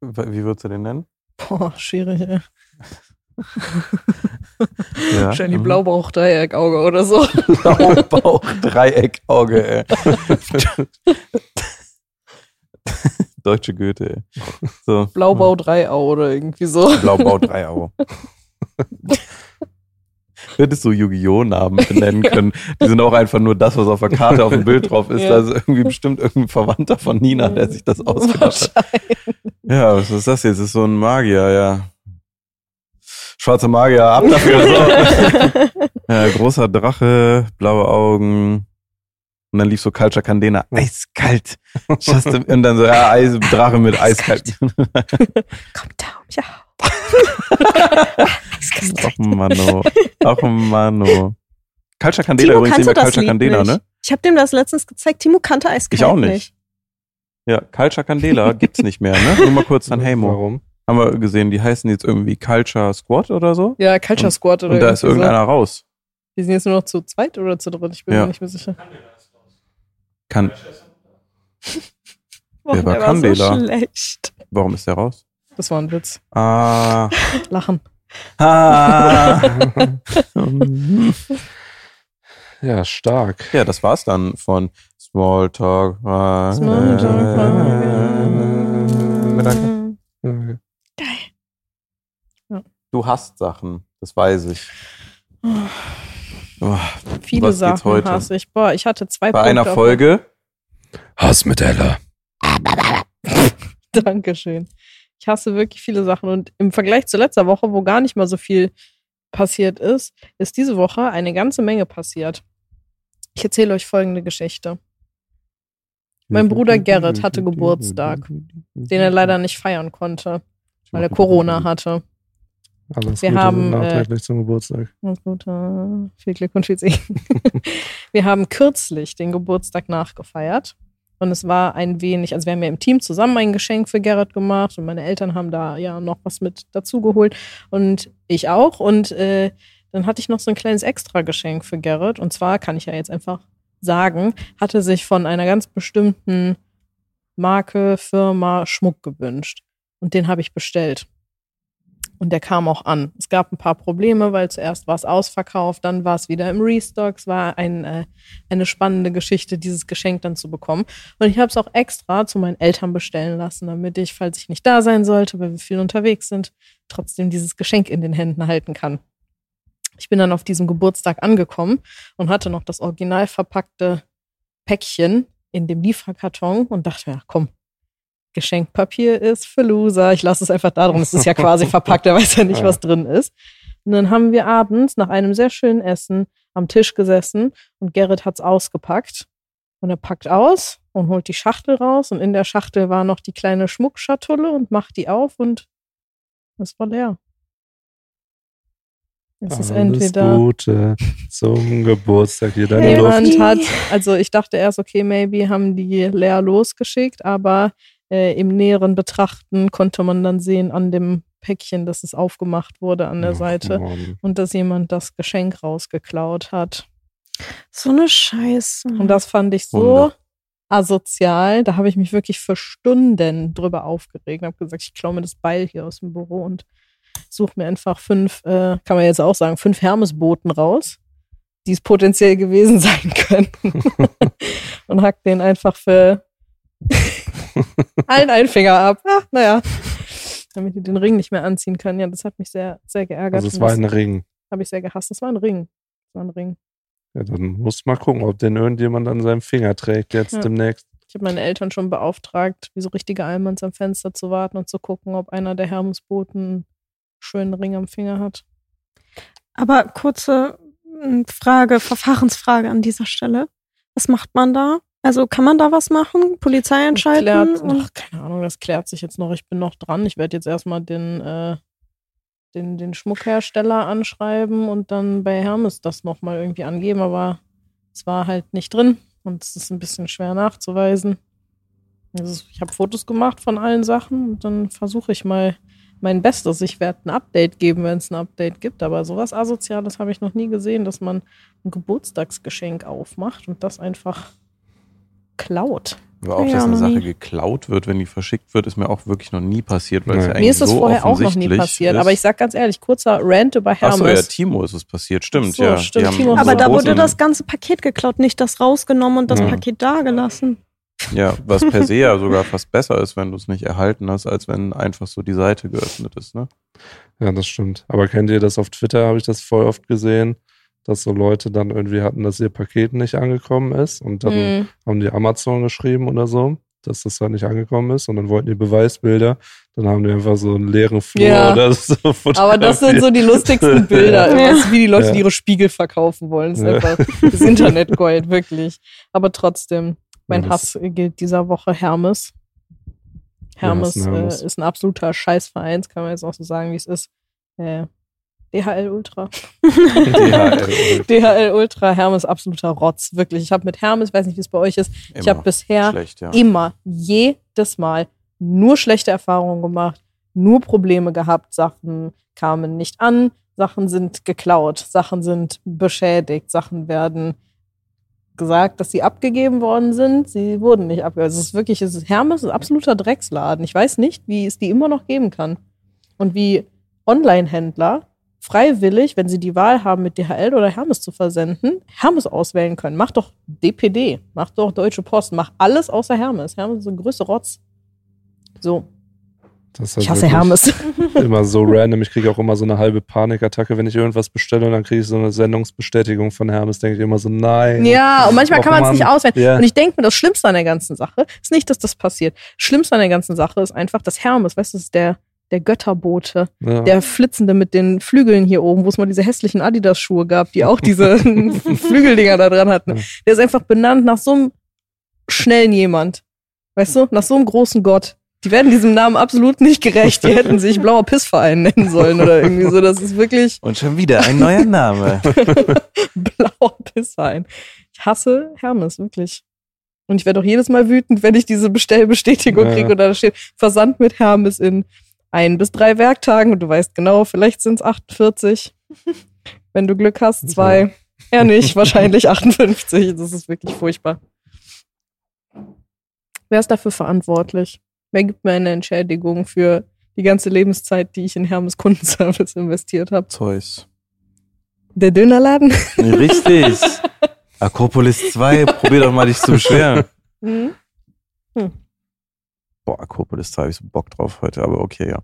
W- Wie würdest du den nennen?
Boah, schwierig, ey.
(laughs) Ja,
Wahrscheinlich
mhm.
Blaubauch, Dreieck, Auge oder so.
(laughs) Blaubauch, (laughs) Dreieck, Auge, ey. (laughs) Deutsche Goethe, ey. So.
Blaubau, Dreiau oder irgendwie so.
Blaubau, Dreiau. Du Hättest du Yu-Gi-Oh!-Namen benennen können. Die sind auch einfach nur das, was auf der Karte auf dem Bild drauf ist.
Ja.
Da ist irgendwie bestimmt irgendein Verwandter von Nina, der sich das (laughs) ausgedacht hat.
Wahrscheinlich.
Ja, was ist das jetzt? Das ist so ein Magier, ja. Schwarzer Magier, ab
(laughs)
dafür. So. ja, großer Drache, blaue Augen, Und dann lief so Culture Candena, eiskalt. Ich hasse- Und dann so, ja, Eis, Drache mit eiskalt.
Komm da, ja.
Ach Mano, ach Mano. Culture Candela
Timo
übrigens,
kannte
immer
das
Culture
Lied
Candela,
nicht.
ne?
Ich habe dem das letztens gezeigt. Timo kannte halt Eiskalt
Ich auch nicht. Ja, Culture Candela gibt's nicht mehr, ne? Nur mal kurz an Heymo.
Warum?
Haben wir gesehen, die heißen jetzt irgendwie Culture Squad oder so?
Ja, Culture Squad oder
Und da ist
irgendwie
irgendeiner raus.
So. Die sind jetzt nur noch zu zweit oder zu dritt, ich bin
Ja.
mir nicht mehr sicher.
Kann,
Boah,
Wer war
der war so
Candela?
schlecht.
warum ist der raus?
Das war ein Witz.
Ah.
Lachen.
ah.
Ja, stark.
ja, das war's dann von Smalltalk. Ah. Smalltalk.
Hm.
Ja,
Du hast Sachen, das weiß ich.
Oh,
Oh,
viele
Was geht's
Sachen
heute?
hasse ich. Boah, ich hatte zwei
Bei
Punkte
einer
auf-
Folge.
Hass mit Ella.
(laughs) Dankeschön. Ich hasse wirklich viele Sachen. Und im Vergleich zu letzter Woche, wo gar nicht mal so viel passiert ist, ist diese Woche eine ganze Menge passiert. Ich erzähle euch folgende Geschichte. Mein Bruder Gerrit hatte Geburtstag, den er leider nicht feiern konnte, weil er Corona hatte.
Alles
Wir
Gute
haben, äh,
nachträglich zum Geburtstag.
Alles Gute, äh, viel Glück und viel Segen. (laughs) wir haben kürzlich den Geburtstag nachgefeiert und es war ein wenig, also wir haben ja im Team zusammen ein Geschenk für Gerrit gemacht und meine Eltern haben da ja noch was mit dazugeholt und ich auch und äh, dann hatte ich noch so ein kleines Extra-Geschenk für Gerrit und zwar kann ich ja jetzt einfach sagen, hatte sich von einer ganz bestimmten Marke, Firma Schmuck gewünscht und den habe ich bestellt. Und der kam auch an. Es gab ein paar Probleme, weil zuerst war es ausverkauft, dann war es wieder im Restock. Es war ein, äh, eine spannende Geschichte, dieses Geschenk dann zu bekommen. Und ich habe es auch extra zu meinen Eltern bestellen lassen, damit ich, falls ich nicht da sein sollte, weil wir viel unterwegs sind, trotzdem dieses Geschenk in den Händen halten kann. Ich bin dann auf diesem Geburtstag angekommen und hatte noch das original verpackte Päckchen in dem Lieferkarton und dachte mir, ach komm, Geschenkpapier ist für Loser. Ich lasse es einfach da drin. Es ist ja quasi verpackt, er weiß ja nicht, was drin ist. Und dann haben wir abends nach einem sehr schönen Essen am Tisch gesessen und Gerrit hat's ausgepackt. Und er packt aus und holt die Schachtel raus. Und in der Schachtel war noch die kleine Schmuckschatulle und macht die auf und es war leer. Es ist entweder.
Gute zum Geburtstag. Hier deine Luft.
Jemand
Luft.
hat, also ich dachte erst, okay, maybe haben die leer losgeschickt, aber äh, im näheren Betrachten konnte man dann sehen an dem Päckchen, dass es aufgemacht wurde an der
Ach,
Seite
Mann.
und dass jemand das Geschenk rausgeklaut hat.
So eine Scheiße.
Ah.
Und das fand ich so
Wunder.
asozial. Da habe ich mich wirklich für Stunden drüber aufgeregt und habe gesagt, ich klaue mir das Beil hier aus dem Büro und suche mir einfach fünf, äh, kann man jetzt auch sagen, fünf Hermesboten raus, die es potenziell gewesen (laughs) sein
(laughs)
könnten. und hack den einfach für allen einen Finger ab. Ah, naja. Damit die den Ring nicht mehr anziehen können. Ja, das hat mich sehr, sehr geärgert.
Also es
und
war
das
ein Ring.
habe ich sehr gehasst. Das war ein Ring. Das war ein Ring.
Ja, dann muss mal gucken, ob den irgendjemand an seinem Finger trägt jetzt
Ja.
demnächst.
Ich habe meine Eltern schon beauftragt, wie so richtige Almans am Fenster zu warten und zu gucken, ob einer der Hermesboten einen schönen Ring am Finger hat.
Aber kurze mm, Frage, Verfahrensfrage an dieser Stelle. Was macht man da? Also kann man da was machen? Polizei
Das
entscheiden?
Klärt,
Und,
ach, keine Ahnung, das klärt sich jetzt noch. Ich bin noch dran. Ich werde jetzt erstmal den, äh, den, den Schmuckhersteller anschreiben und dann bei Hermes das nochmal irgendwie angeben. Aber es war halt nicht drin und es ist ein bisschen schwer nachzuweisen. Also ich habe Fotos gemacht von allen Sachen und dann versuche ich mal mein Bestes. Ich werde ein Update geben, wenn es ein Update gibt. Aber sowas Asoziales habe ich noch nie gesehen, dass man ein Geburtstagsgeschenk aufmacht und das einfach klaut.
Aber auch,
Ja,
dass eine
noch
Sache
nie.
geklaut wird, wenn die verschickt wird, ist mir auch wirklich noch nie passiert, weil es
Nee.
ja eigentlich
Mir ist das
so
vorher auch noch nie
offensichtlich
passiert,
ist.
aber ich sag ganz ehrlich, kurzer Rant über Hermes.
Achso, ja, Timo ist es passiert, stimmt,
Ach so,
ja.
stimmt, Timo
unsere
hat
aber da
großen-
wurde das ganze Paket geklaut, nicht das rausgenommen und das
Ja.
Paket dagelassen.
Ja, was per se
(laughs)
ja sogar fast besser ist, wenn du es nicht erhalten hast, als wenn einfach so die Seite geöffnet ist, ne?
Ja, das stimmt. Aber kennt ihr das auf Twitter? Habe ich das voll oft gesehen, dass so Leute dann irgendwie hatten, dass ihr Paket nicht angekommen ist und dann
Hm,
haben die Amazon geschrieben oder so. dass das da nicht angekommen ist. Und dann wollten die Beweisbilder. Dann haben die einfach so einen leeren Flur
Ja.
oder so. (laughs)
Aber das sind so die lustigsten Bilder,
Ja.
immer. Das ist wie die Leute,
Ja.
die ihre Spiegel verkaufen wollen. Das ist
Ja.
einfach das Internet Gold, wirklich. Aber trotzdem, mein
Ja, das-
Hass gilt dieser Woche Hermes. Hermes,
Ja, ist ein Hermes.
Äh, ist ein absoluter Scheißverein, das kann man jetzt auch so sagen, wie es ist. Äh, DHL Ultra. (laughs)
DHL.
DHL Ultra, Hermes absoluter Rotz, wirklich. Ich habe mit Hermes, weiß nicht, wie es bei euch ist, ich habe bisher
schlecht, ja.
immer, jedes Mal nur schlechte Erfahrungen gemacht, nur Probleme gehabt, Sachen kamen nicht an, Sachen sind geklaut, Sachen sind beschädigt, Sachen werden gesagt, dass sie abgegeben worden sind, sie wurden nicht abgegeben. Also es ist wirklich, es ist Hermes ist ein absoluter Drecksladen. Ich weiß nicht, wie es die immer noch geben kann. Und wie Online-Händler freiwillig, wenn sie die Wahl haben, mit DHL oder Hermes zu versenden, Hermes auswählen können. Mach doch DPD, mach doch Deutsche Post, mach alles außer Hermes. Hermes ist so ein größter Rotz. So,
Das ist halt
ich hasse
wirklich
Hermes.
(laughs) Immer so random. Ich kriege auch immer so eine halbe Panikattacke, wenn ich irgendwas bestelle und dann kriege ich so eine Sendungsbestätigung von Hermes. Denke ich immer so, nein.
Ja, und manchmal
Och,
kann man es
Mann.
nicht auswählen.
Ja.
Und ich denke mir, das Schlimmste an der ganzen Sache ist nicht, dass das passiert. Schlimmste an der ganzen Sache ist einfach, dass Hermes, weißt du, das ist der, der Götterbote,
Ja.
der Flitzende mit den Flügeln hier oben, wo es mal diese hässlichen Adidas-Schuhe gab, die
(laughs)
auch diese Flügeldinger da dran hatten.
Ja.
Der ist einfach benannt nach so einem schnellen jemand. Weißt du, nach so einem großen Gott. Die werden diesem Namen absolut nicht gerecht. Die hätten sich blauer Pissverein nennen sollen oder irgendwie so. Das ist wirklich
Und schon wieder ein neuer (laughs) Name.
(laughs) blauer Pissverein. Ich hasse Hermes, wirklich. Und ich werde auch jedes Mal wütend, wenn ich diese Bestellbestätigung
Ja.
kriege und da steht Versand mit Hermes in ein bis drei Werktagen und du weißt genau, vielleicht sind es 48. Wenn du Glück hast, zwei. Eher nicht, wahrscheinlich 58. Das ist wirklich furchtbar. Wer ist dafür verantwortlich? Wer gibt mir eine Entschädigung für die ganze Lebenszeit, die ich in Hermes Kundenservice (laughs) investiert habe?
Zeus.
Der Dönerladen?
Richtig. Akropolis 2, probier doch mal dich zu beschweren.
Mhm.
Boah, Akropolis 2 habe ich so Bock drauf heute, aber okay, ja.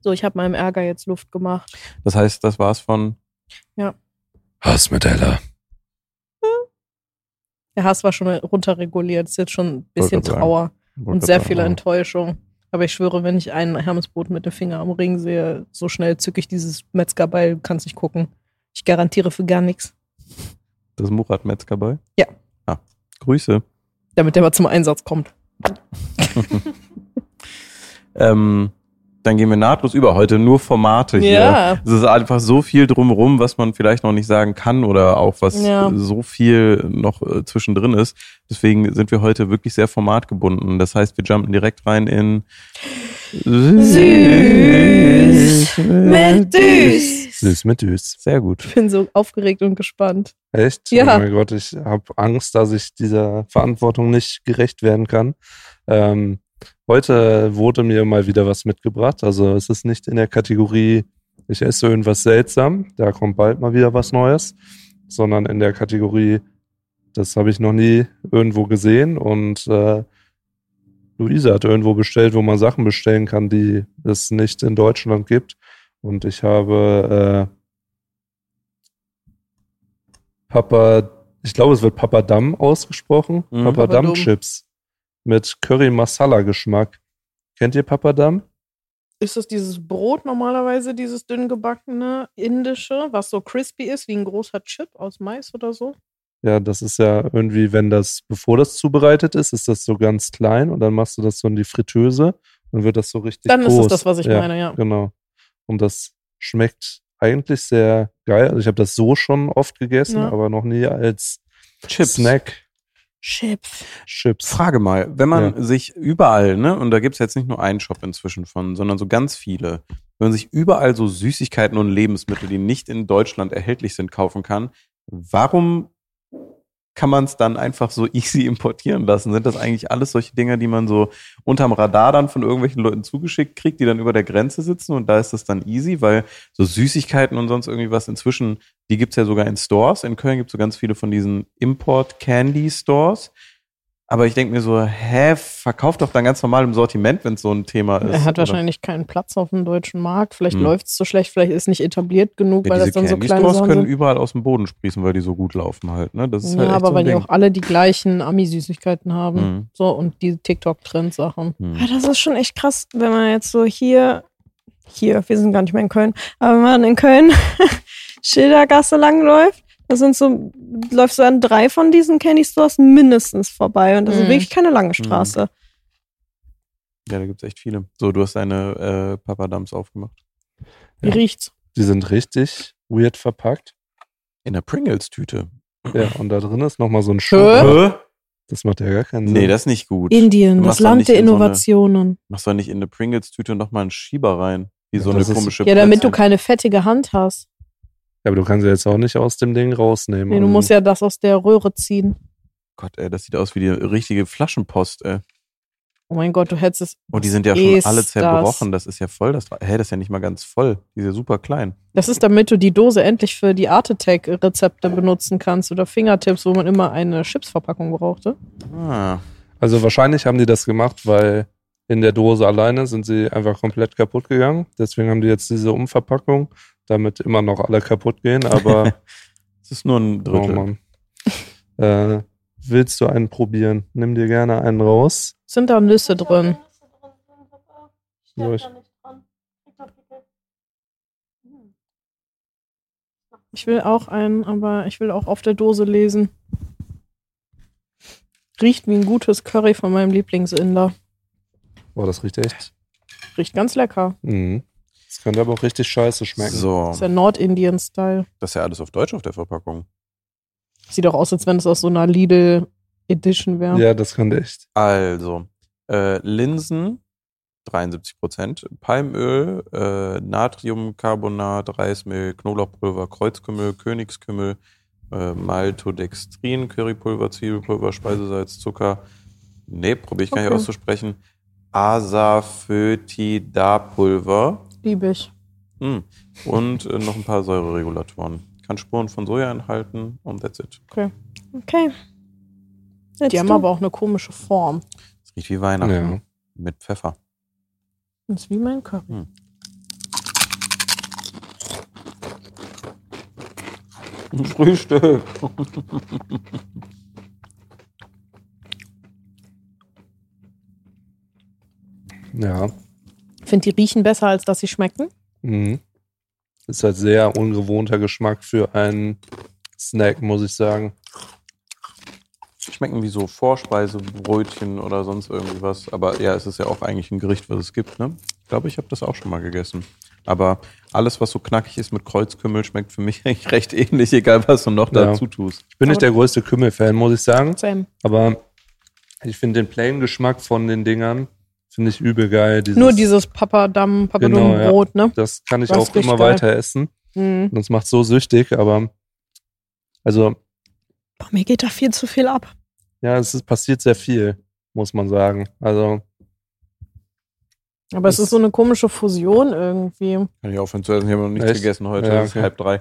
So, ich habe meinem Ärger jetzt Luft gemacht.
Das heißt, das war's von
Hass mit Ella.
Der Hass war schon runterreguliert, ist jetzt schon ein bisschen
Wollte gerade
Trauer und sehr viel
ein
Enttäuschung. Aber ich schwöre, wenn ich einen Hermesboten mit dem Finger am Ring sehe, so schnell zücke ich dieses Metzgerbeil, du kannst nicht gucken. Ich garantiere für gar nichts.
Das ist Murat Metzger bei?
Ja.
Ah, Grüße.
Damit der mal zum Einsatz kommt.
Ähm, dann gehen wir nahtlos über. Heute nur Formate hier.
Ja.
Es ist einfach so viel drumherum, was man vielleicht noch nicht sagen kann oder auch was
Ja.
so viel noch äh, zwischendrin ist. Deswegen sind wir heute wirklich sehr formatgebunden. Das heißt, wir jumpen direkt rein in
Süß
mit
Süß mit Süß.
Sehr
Ich
gut.
bin so aufgeregt und gespannt.
Echt?
Ja.
Oh mein Gott, ich habe Angst, dass ich dieser Verantwortung nicht gerecht werden kann. Ähm, heute wurde mir mal wieder was mitgebracht. Also es ist nicht in der Kategorie, ich esse irgendwas seltsam, da kommt bald mal wieder was Neues, sondern in der Kategorie, das habe ich noch nie irgendwo gesehen und äh, Luisa hat irgendwo bestellt, wo man Sachen bestellen kann, die es nicht in Deutschland gibt. Und ich habe äh, Papa, ich glaube, es wird Papadam ausgesprochen.
Mhm.
Papadam
Papadum.
Chips mit Curry Masala Geschmack. Kennt ihr Papadam?
Ist das dieses Brot normalerweise, dieses dünn gebackene indische, was so crispy ist, wie ein großer Chip aus Mais oder so?
Ja, das ist ja irgendwie, wenn das, bevor das zubereitet ist, ist das so ganz klein und dann machst du das so in die Fritteuse und wird das so richtig
Dann
groß.
ist es das, was ich
ja,
meine, ja.
Genau. Und das schmeckt eigentlich sehr geil. Also ich habe das so schon oft gegessen,
Ja.
aber noch nie als
Chips. ne?
Snack.
Chips.
Chips.
Frage mal, wenn man sich überall, ne, und da gibt's jetzt nicht nur einen Shop inzwischen von, sondern so ganz viele, wenn man sich überall so Süßigkeiten und Lebensmittel, die nicht in Deutschland erhältlich sind, kaufen kann, warum kann man es dann einfach so (laughs) easy importieren lassen? Sind das eigentlich alles solche Dinger, die man so unterm Radar dann von irgendwelchen Leuten zugeschickt kriegt, die dann über der Grenze sitzen und da ist das dann easy, weil so Süßigkeiten und sonst irgendwie was inzwischen, die gibt's ja sogar in Stores. In Köln gibt's so ganz viele von diesen Import-Candy-Stores. Aber ich denke mir so, hä, verkauf doch dann ganz normal im Sortiment, wenn es so ein Thema ist.
Er hat
Oder-
wahrscheinlich keinen Platz auf dem deutschen Markt. Vielleicht
Hm.
läuft es so schlecht, vielleicht ist nicht etabliert genug,
Ja,
weil das
diese
dann so
Candy
kleine
Stores
Sachen
können
sind.
überall aus dem Boden sprießen, weil die so gut laufen halt. Ne? Das ist halt
ja,
echt
aber
so ein
weil die
Ding.
auch alle die gleichen Ami-Süßigkeiten haben.
Hm.
So, und die TikTok-Trend-Sachen.
Ja,
Hm.
Ah, das ist schon echt krass, wenn man jetzt so hier, hier, wir sind gar nicht mehr in Köln, aber wenn man in Köln (laughs) Schildergasse langläuft, da sind so, läuft so an drei von diesen Candy Stores mindestens vorbei und das ist
Mhm.
wirklich keine lange Straße.
Ja, da gibt's echt viele. So, du hast deine äh, Papadams aufgemacht.
Wie
Ja.
riecht's?
Die sind richtig weird verpackt.
In der Pringles-Tüte.
Ja, und da drin ist nochmal so ein
Hä?
Schuh. Das macht ja gar keinen Sinn.
Nee, das ist nicht gut.
Indien,
Du
das
machst doch
Land
nicht
der
in so eine-
Innovationen.
Machst doch nicht in eine Pringles-Tüte nochmal einen Schieber rein. Wie so
Ja,
eine
das ist-
komische
ja, damit du
Brezel.
keine fettige Hand hast.
ja, aber du kannst ja jetzt auch nicht aus dem Ding rausnehmen.
Nee, du
Und-
musst ja das aus der Röhre ziehen.
Oh Gott, ey, das sieht aus wie die richtige Flaschenpost, ey.
Oh mein Gott, du hättest es.
Und die sind ja
Ist
schon alle
das-
zerbrochen. Das ist ja voll. Das, hä, das ist ja nicht mal ganz voll. Die ist ja super klein.
Das ist, damit du die Dose endlich für die Art Attack Rezepte benutzen kannst oder Fingertips, wo man immer eine Chipsverpackung brauchte.
Ah.
Also wahrscheinlich haben die das gemacht, weil in der Dose alleine sind sie einfach komplett kaputt gegangen. Deswegen haben die jetzt diese Umverpackung, damit immer noch alle kaputt gehen.
(laughs)
Aber
Es ist nur ein
oh
Drittel.
Mann. Äh, willst du einen probieren? Nimm dir gerne einen raus.
Sind da Nüsse drin?
So, ich-
Ich will auch einen, aber ich will auch auf der Dose lesen. Riecht wie ein gutes Curry von meinem Lieblingsinder.
Boah, Oh, das riecht echt.
Riecht ganz lecker.
Mhm. Das könnte aber auch richtig scheiße schmecken.
so,
Ist ja Nordindien-Style.
das ist ja alles auf Deutsch auf der Verpackung.
Sieht auch aus, als wenn es aus so einer Lidl-Edition wäre.
Ja, das könnte echt.
Also, äh, Linsen 73 Prozent, Palmöl, äh, Natriumcarbonat, Reismehl, Knoblauchpulver, Kreuzkümmel, Königskümmel, äh, Maltodextrin, Currypulver, Zwiebelpulver, Speisesalz, Zucker. Nee, probiere ich gar nicht
Okay.
auszusprechen. Asafoetidapulver
Lieb ich.
hm. und äh, noch ein paar Säureregulatoren. Kann Spuren von Soja enthalten und that's it.
Okay. Jetzt
Die haben
du.
aber auch eine komische Form.
Es riecht wie Weihnachten
Ja.
mit Pfeffer.
Das ist wie mein Curry.
Frühstück.
ja.
Finde, die riechen besser, als dass sie schmecken.
Mhm. Ist halt sehr ungewohnter Geschmack für einen Snack, muss ich sagen.
Schmecken wie so Vorspeisebrötchen oder sonst irgendwie was. Aber ja, es ist ja auch eigentlich ein Gericht, was es gibt. Ne? Ich glaube, ich habe das auch schon mal gegessen. Aber alles, was so knackig ist mit Kreuzkümmel, schmeckt für mich (laughs) eigentlich recht ähnlich, egal was du noch
Ja.
dazu tust.
Ich bin nicht der größte Kümmel-Fan, muss ich sagen.
Sam.
Aber ich finde den plain Geschmack von den Dingern, finde ich übel geil. Dieses,
Nur dieses Papadam, Papadum-Brot, ne?
Das kann ich
Das
auch
ist richtig
immer
geil.
weiter essen.
Mhm.
Und das macht so süchtig, aber also,
Boah, mir geht da viel zu viel ab.
ja, es ist, passiert sehr viel, muss man sagen. Also,
Aber es ist so eine komische Fusion irgendwie.
Kann ich aufhören zu essen? Ich habe noch nichts
Echt?
gegessen heute.
Ja,
Es ist
okay.
halb drei.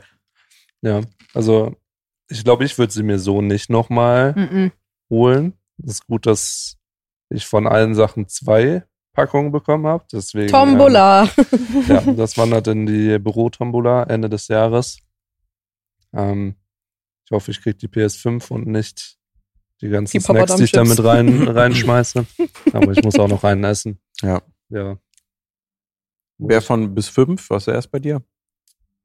ja, also ich glaube, ich würde sie mir so nicht nochmal
Mhm.
holen. Es ist gut, dass ich von allen Sachen zwei Packungen bekommen habe. Deswegen,
Tombola.
Ähm, ja, das wandert in die Bürotombola Ende des Jahres. Ähm, ich hoffe, ich kriege die PS5 und nicht die ganzen
Die
Snacks, die ich
Papadam-Chips.
damit rein, reinschmeiße. Aber ich muss auch noch einen essen.
Ja.
Ja,
Wer von bis fünf? Was erst bei dir?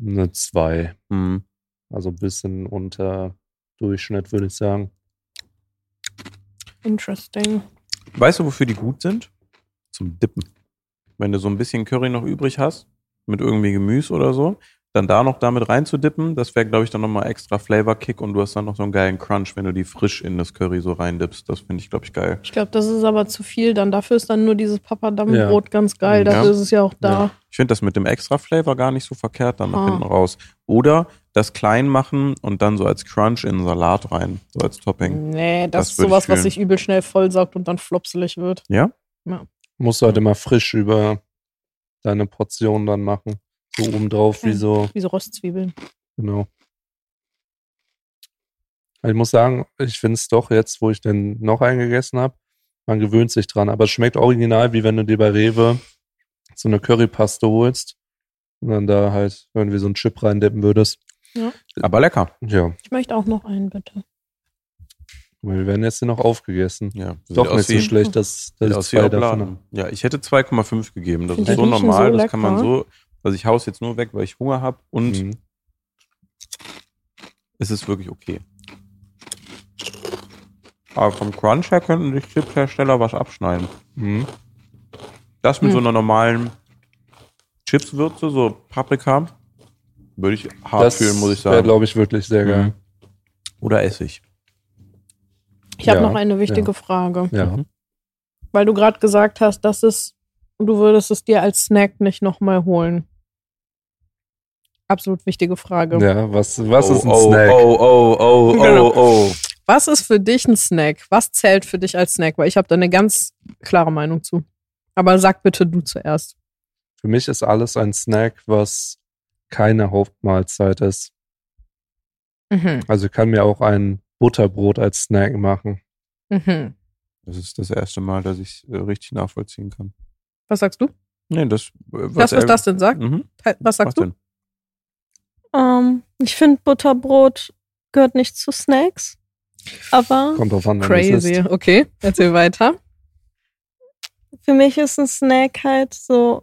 eine zwei.
Hm.
Also ein bisschen unter Durchschnitt, würde ich sagen.
Interesting.
Weißt du, wofür die gut sind? Zum Dippen. Wenn du so ein bisschen Curry noch übrig hast, mit irgendwie Gemüse oder so, dann da noch damit reinzudippen, das wäre, glaube ich, dann nochmal extra Flavor-Kick und du hast dann noch so einen geilen Crunch, wenn du die frisch in das Curry so reindippst. Das finde ich, glaube ich, geil.
Ich glaube, das ist aber zu viel. Dann dafür ist dann nur dieses Papadam-Brot ganz geil.
Ja.
Dafür ist es ja auch da.
Ich finde das mit dem extra Flavor gar nicht so verkehrt dann nach
Ah.
hinten raus. Oder das klein machen und dann so als Crunch in den Salat rein, so als Topping.
Nee, das,
Das
ist
würd ich
sowas, was
fühlen.
sich übel schnell vollsaugt und dann flopselig wird.
Ja?
Musst du halt immer frisch über deine Portion dann machen. So obendrauf, wie
Okay.
so
Wie so Röstzwiebeln.
Genau. Ich muss sagen, ich finde es doch jetzt, wo ich denn noch einen gegessen habe, man gewöhnt sich dran. Aber es schmeckt original, wie wenn du dir bei Rewe so eine Currypaste holst und dann da halt irgendwie so einen Chip reindippen würdest.
Aber lecker.
Ja,
Ich möchte auch noch einen, bitte.
wir werden jetzt hier noch aufgegessen.
Ja, sieht
doch
aus
nicht so
wie-
schlecht, dass,
sieht
dass ich
aus wie
zwei davon habe.
Obladen. Ja, ich hätte 2,5 gegeben. Das
Find
ist
ich
so
nicht schon
normal.
so
das kann man
lecker.
so. Also ich hau's jetzt nur weg, weil ich Hunger habe und
Mhm.
es ist wirklich okay. Aber vom Crunch her könnten die Chipshersteller was abschneiden.
Mhm.
Das mit
Hm.
so einer normalen Chipswürze, so Paprika, würde ich hart
Das
fühlen, muss ich
wäre,
sagen.
glaube ich, wirklich sehr geil.
Mhm. Oder Essig.
Ich habe
Ja,
noch eine wichtige Frage,
Ja.
Mhm.
weil du gerade gesagt hast, dass es, du würdest es dir als Snack nicht nochmal holen. Absolut wichtige Frage.
Ja, was, was ist ein
oh,
Snack?
Oh, oh, oh,
Genau.
oh, oh.
Was ist für dich ein Snack? Was zählt für dich als Snack? Weil ich habe da eine ganz klare Meinung zu. Aber sag bitte du zuerst.
Für mich ist alles ein Snack, was keine Hauptmahlzeit ist.
Mhm.
Also ich kann mir auch ein Butterbrot als Snack machen.
Mhm.
Das ist das erste Mal, dass ich äh, richtig nachvollziehen kann.
Was sagst du?
Nee, das. äh,
Was das, was
er-
das denn sagt?
Mhm.
Was sagst du?
denn?
Ähm, ich finde, Butterbrot gehört nicht zu Snacks. Aber
Kommt drauf an, wenn es
Crazy.
ist.
Okay, erzähl weiter.
für mich ist ein Snack halt so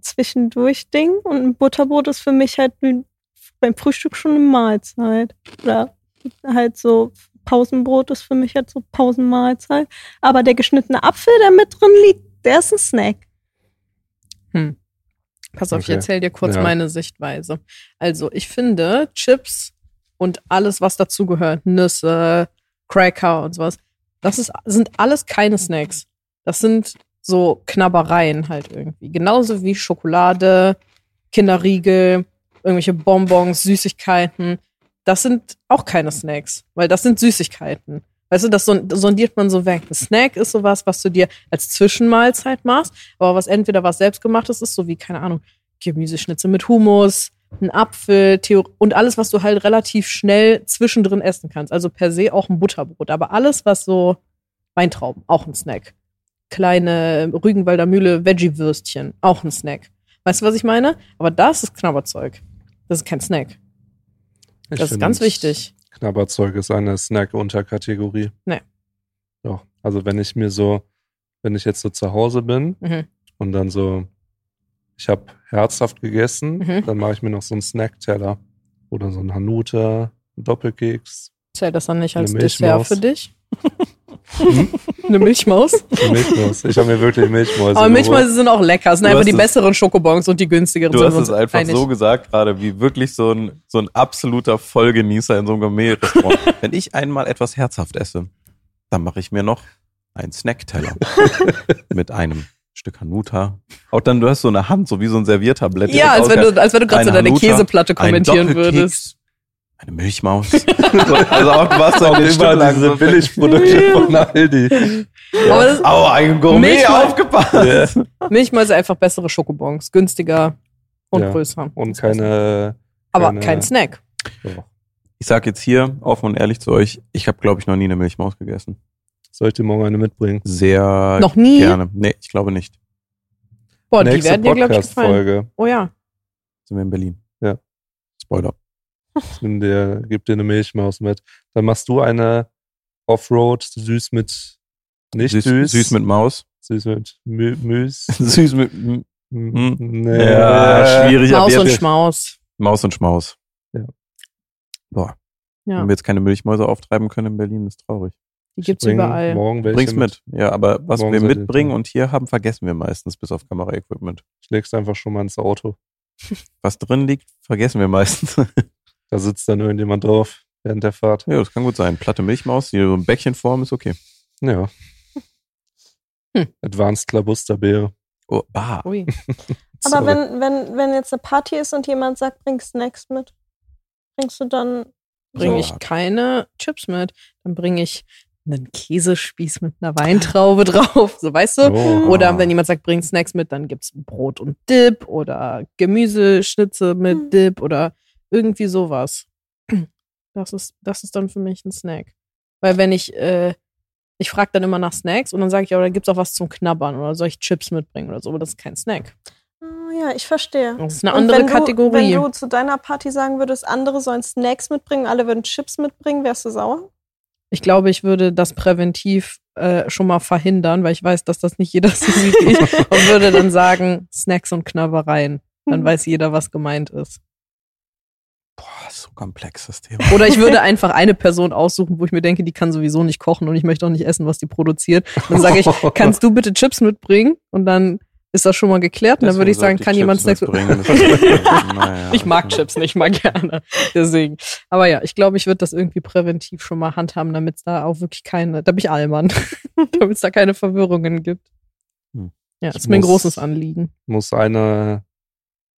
zwischendurch Ding und ein Butterbrot ist für mich halt wie beim Frühstück schon eine Mahlzeit. Oder halt so Pausenbrot ist für mich halt so Pausenmahlzeit. Aber der geschnittene Apfel, der mit drin liegt, der ist ein Snack.
Hm. Pass auf,
Okay.
ich erzähl dir kurz
Ja.
meine Sichtweise. Also, ich finde Chips und alles, was dazugehört, Nüsse, Cracker und sowas, das ist, sind alles keine Snacks. Das sind so Knabbereien halt irgendwie. Genauso wie Schokolade, Kinderriegel, irgendwelche Bonbons, Süßigkeiten. Das sind auch keine Snacks, weil das sind Süßigkeiten. Weißt du, das son- sondiert man so weg. Ein Snack ist sowas, was du dir als Zwischenmahlzeit machst, aber was entweder was selbstgemachtes ist, so wie, keine Ahnung, Gemüseschnitzel mit Hummus, ein Apfel Theo und alles, was du halt relativ schnell zwischendrin essen kannst. Also per se auch ein Butterbrot. Aber alles, was so Weintrauben, auch ein Snack. Kleine Rügenwalder Mühle Veggie-Würstchen, auch ein Snack. Weißt du, was ich meine? Aber das ist Knabberzeug. Das ist kein Snack.
Ich
Das ist
find,
ganz wichtig.
Knabberzeug ist eine Snack-Unterkategorie.
Nee.
Doch. Also wenn ich mir so, wenn ich jetzt so zu Hause bin
Mhm.
und dann so, ich habe herzhaft gegessen,
Mhm.
dann mache ich mir noch so einen Snackteller. Oder so einen Hanuta, einen Doppelkeks,
Zählt das dann nicht
Eine
als Dessert
Milchmaus.
für dich?
Hm?
(laughs) Eine Milchmaus?
eine Milchmaus. Ich habe mir wirklich Milchmäuse
Aber
geholt.
Milchmäuse sind auch lecker. Es sind
Du
einfach
hast
die
es-
besseren Schokobons und die günstigeren.
Du
sind
hast
wir
es
uns
einfach
einig.
so gesagt gerade, wie wirklich so ein, so ein absoluter Vollgenießer in so einem Gourmet-Restaurant.
(laughs)
Wenn ich einmal etwas herzhaft esse, dann mache ich mir noch einen
(laughs)
Snackteller mit einem Stück Hanuta. Auch dann, du hast so eine Hand, so wie so ein Serviertablett.
Ja, als wenn, du, als wenn du gerade so
Ein
deine
Hanuta,
Käseplatte kommentieren würdest.
Eine
(laughs)
Milchmaus. so, also auch was so
Und
eine Stunde
immer
lang
diese
so-
Billigprodukte von Aldi.
Aber das,
Aua, ein Gourmet
Milchmaus-
aufgepasst.
Milchmäuse einfach bessere Schokobons. Günstiger und
Ja.
größer.
Und keine.
Aber
keine-
kein Snack.
Doch.
Ich sag jetzt hier offen und ehrlich zu euch, ich habe, glaube ich, noch nie eine Milchmaus gegessen.
Soll ich dir morgen eine mitbringen?
Sehr
Noch nie.
gerne. Nee, ich glaube nicht.
Boah, Oh, die werden dir, glaube ich, gefallen.
Podcast-Folge.
Oh ja.
Sind wir in Berlin.
Ja.
Spoiler.
Ich nimm dir, gib dir eine Milchmaus mit. Dann machst du eine Offroad, süß mit nicht süß,
süß, süß mit Maus.
süß mit Mü, Müs.
süß mit. m-
M- nee.
Hm. Ja, schwierig. ab
Maus und
jetzt.
Schmaus.
Maus und Schmaus.
Ja.
Boah,
Ja,
wenn wir jetzt keine Milchmäuse auftreiben können in Berlin, ist traurig.
die gibt's
Bring
überall.
Morgen welche
Bring's mit. Ja, aber was
Morgen
wir
seid ihr
mitbringen
dran.
und hier haben, vergessen wir meistens, bis auf Kameraequipment.
Schlägst einfach schon mal ins Auto.
Was drin liegt, vergessen wir meistens. (laughs)
Da sitzt dann irgendjemand drauf während der Fahrt.
ja, das kann gut sein. Platte Milchmaus, die so ein Bäckchenform ist okay.
Ja.
Hm.
Advanced Klabusterbeere.
Oh, bah.
Ui.
Aber
Sorry.
wenn, wenn, wenn jetzt eine Party ist und jemand sagt, bring Snacks mit, bringst du dann
Bringe ich
Salat.
keine Chips mit. Dann bringe ich einen Käsespieß mit einer Weintraube (laughs) drauf. So, hm, weißt du?
Oh.
Ah.
Oder wenn jemand sagt, bring Snacks mit, dann gibt's Brot und Dip oder Gemüseschnitze mit
Hm.
Dip oder irgendwie sowas. Das ist, das ist dann für mich ein Snack. Weil wenn ich, äh, ich frage dann immer nach Snacks und dann sage ich, ja, da gibt's auch was zum Knabbern oder soll ich Chips mitbringen oder so, aber das ist kein Snack.
Ah, ja, ich verstehe.
Das ist eine andere
wenn du,
Kategorie.
Wenn du zu deiner Party sagen würdest, andere sollen Snacks mitbringen, alle würden Chips mitbringen, wärst du sauer?
ich glaube, ich würde das präventiv äh, schon mal verhindern, weil ich weiß, dass das nicht jeder (laughs) so sieht wie ich und würde dann sagen, Snacks und Knabbereien.
Mhm.
Dann weiß jeder, was gemeint ist.
Boah, so komplexes Thema.
Oder ich würde einfach eine Person aussuchen, wo ich mir denke, die kann sowieso nicht kochen und ich möchte auch nicht essen, was die produziert. Dann sage ich,
(laughs)
kannst du bitte Chips mitbringen? Und dann ist das schon mal geklärt. Und dann würde ich sagen, kann jemand Snacks mitbringen? (laughs) Ich mag
also
Chips nicht mal gerne. Deswegen. Aber ja, ich glaube, ich würde das irgendwie präventiv schon mal handhaben, damit es da auch wirklich keine, da bin ich (laughs) Allmann, damit es da keine Verwirrungen gibt.
Hm.
Ja, das
Ich
ist mir ein
muss-
großes Anliegen.
muss eine,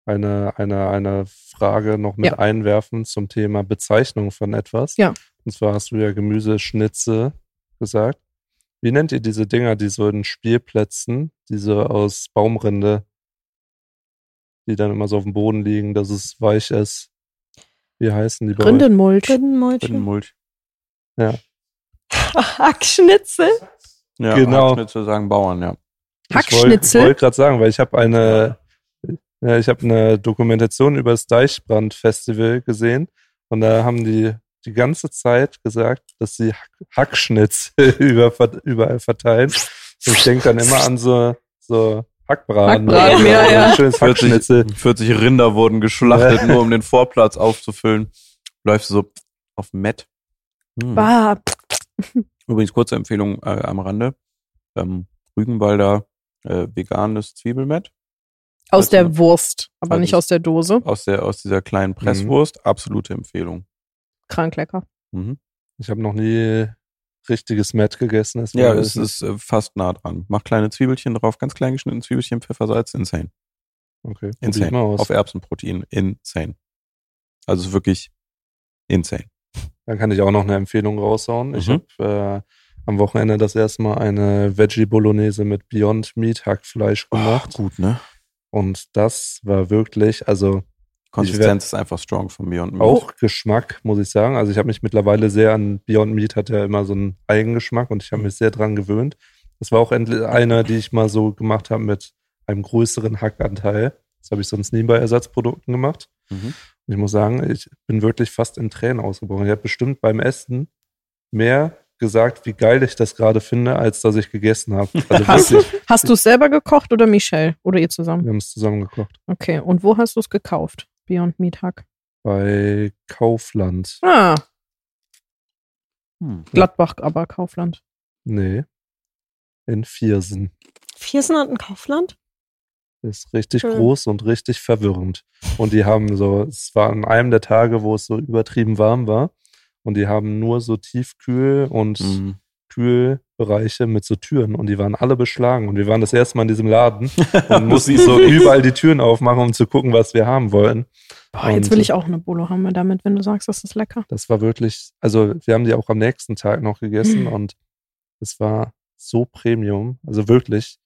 eine, eine, eine Frage noch mit
Ja.
einwerfen zum Thema Bezeichnung von etwas.
Ja.
Und zwar hast du ja Gemüseschnitze gesagt. Wie nennt ihr diese Dinger, die so in Spielplätzen, diese aus Baumrinde, die dann immer so auf dem Boden liegen, dass es weich ist? Wie heißen die bei euch?
Rindenmulch.
Rindenmulchen.
Mulch.
Hackschnitzel.
Ja,
Genau.
Zu sagen Bauern, ja.
Hackschnitzel?
Ich wollte gerade sagen, weil ich habe eine, ja, ich habe eine Dokumentation über das Deichbrand-Festival gesehen und da haben die die ganze Zeit gesagt, dass sie Hack- Hackschnitzel (laughs) über, überall verteilen. Und ich denke dann immer an so, so Hackbraten. oder
Hackbraten, ja,
so
ja.
ein Schönes
40,
Hackschnitzel.
40 Rinder wurden geschlachtet, nur um den Vorplatz aufzufüllen. Läufst du so auf dem Met. Hm.
Bah,
Übrigens, kurze Empfehlung äh, am Rande. Ähm, Rügenwalder äh, veganes Zwiebelmett
aus der Wurst, aber
Also-
nicht aus der Dose.
aus, der, aus dieser kleinen Presswurst. Absolute Empfehlung.
Krank lecker.
Mhm.
Ich habe noch nie richtiges Met gegessen. deswegen
Ja, es
weiß ich
ist äh, fast nah dran. Mach kleine Zwiebelchen drauf, ganz klein geschnitten Zwiebelchen, Pfeffersalz, insane.
nicht. okay, probier ich
Insane.
mal
Auf
aus.
Erbsenprotein, insane. Also es ist wirklich insane.
Dann kann ich auch noch eine Empfehlung raushauen. Ich
Mhm.
habe äh, am Wochenende das erste Mal eine Veggie Bolognese mit Beyond Meat Hackfleisch gemacht.
gut, ne?
Und das war wirklich, also
Konsistenz ist einfach strong von Beyond Meat.
auch Geschmack, muss ich sagen. Also ich habe mich mittlerweile sehr an Beyond Meat, hat ja immer so einen Eigengeschmack und ich habe mich sehr dran gewöhnt. Das war auch endlich einer, die ich mal so gemacht habe mit einem größeren Hackanteil. Das habe ich sonst nie bei Ersatzprodukten gemacht.
Mhm.
Und ich muss sagen, ich bin wirklich fast in Tränen ausgebrochen. Ich habe bestimmt beim Essen mehr gesagt, wie geil ich das gerade finde, als dass ich gegessen habe.
Hast
Also
du,
wirklich,
hast du es selber gekocht oder Michelle? Oder ihr zusammen?
wir haben es zusammen gekocht.
Okay. Und wo hast du es gekauft? Beyond Meat Hack.
Bei Kaufland.
Ah,
(laughs)
Hm.
Gladbach, aber Kaufland.
Nee. In Viersen.
Viersen hat ein Kaufland?
Das ist richtig
Hm.
groß und richtig verwirrend. Und die haben so, es war an einem der Tage, wo es so übertrieben warm war. Und die haben nur so Tiefkühl und (laughs)
Mhm.
Kühlbereiche mit so Türen. Und die waren alle beschlagen. Und wir waren das erste Mal in diesem Laden. und
Muss (laughs)
mussten so überall die Türen aufmachen, um zu gucken, was wir haben wollen.
Boah, jetzt will ich auch eine Bolo haben damit, wenn du sagst, das ist lecker.
Das war wirklich, also wir haben die auch am nächsten Tag noch gegessen
Mhm.
und es war so Premium, also wirklich.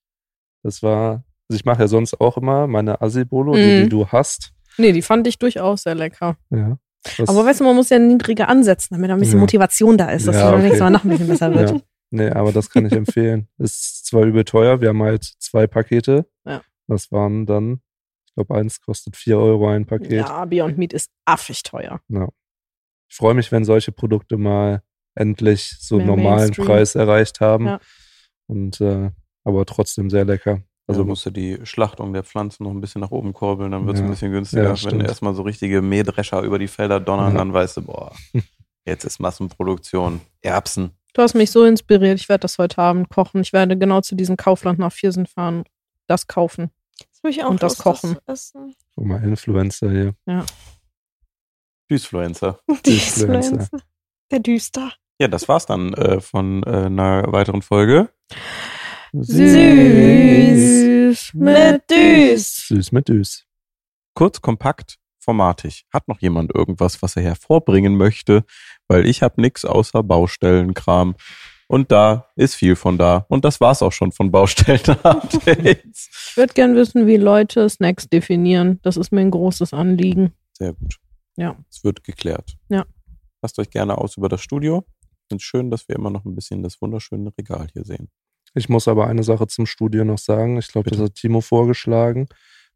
Das war, also ich mache ja sonst auch immer meine Assi-Bolo, die,
Mhm.
die du hast.
Nee, die fand ich durchaus sehr lecker.
Ja, das,
Aber weißt du, man muss ja niedriger ansetzen, damit da ein bisschen
Ja.
Motivation da ist, dass
Ja,
man
okay.
nächstes Mal noch ein bisschen besser wird.
(laughs) ja. Nee, aber das kann ich
(laughs)
empfehlen. Ist zwar übel teuer, wir haben halt zwei Pakete.
Ja.
Das waren dann, ich glaube, eins kostet 4 Euro ein Paket.
Ja, Beyond Meat ist affig teuer.
ich freue mich, wenn solche Produkte mal endlich so
Mehr
einen normalen
Mainstream.
Preis erreicht haben.
Ja.
Und äh, aber trotzdem sehr lecker.
Also
Also
musst du die Schlachtung der Pflanzen noch ein bisschen nach oben kurbeln, dann wird es
Ja.
ein bisschen günstiger.
Ja,
Wenn
stimmt.
erstmal so richtige Mähdrescher über die Felder donnern,
Ja.
dann weißt du, boah, jetzt ist Massenproduktion. Erbsen.
Du hast mich so inspiriert, ich werde das heute Abend kochen. Ich werde genau zu diesem Kaufland nach Viersen fahren, das kaufen.
Das will ich auch
Und das
Lust,
Kochen.
Essen.
guck mal Influencer hier.
Süßfluencer.
Die
Influencer.
Influencer. Der Düster.
Ja, das war's dann äh, von äh, einer weiteren Folge.
Süß mit Düs.
Süß mit Düs.
Kurz, kompakt, formatig. Hat noch jemand irgendwas, was er hervorbringen möchte? Weil ich habe nix außer Baustellenkram. Und da ist viel von da. Und das war's auch schon von
(laughs)
Baustellenupdates.
Ich würde gern wissen, wie Leute Snacks definieren. Das ist mir ein großes Anliegen.
Sehr gut.
Ja.
Es wird geklärt. Lasst euch gerne aus über das Studio. Ich finde es schön, dass wir immer noch ein bisschen das wunderschöne Regal hier sehen.
Ich muss aber eine Sache zum Studio noch sagen. Ich glaube, das hat Timo vorgeschlagen.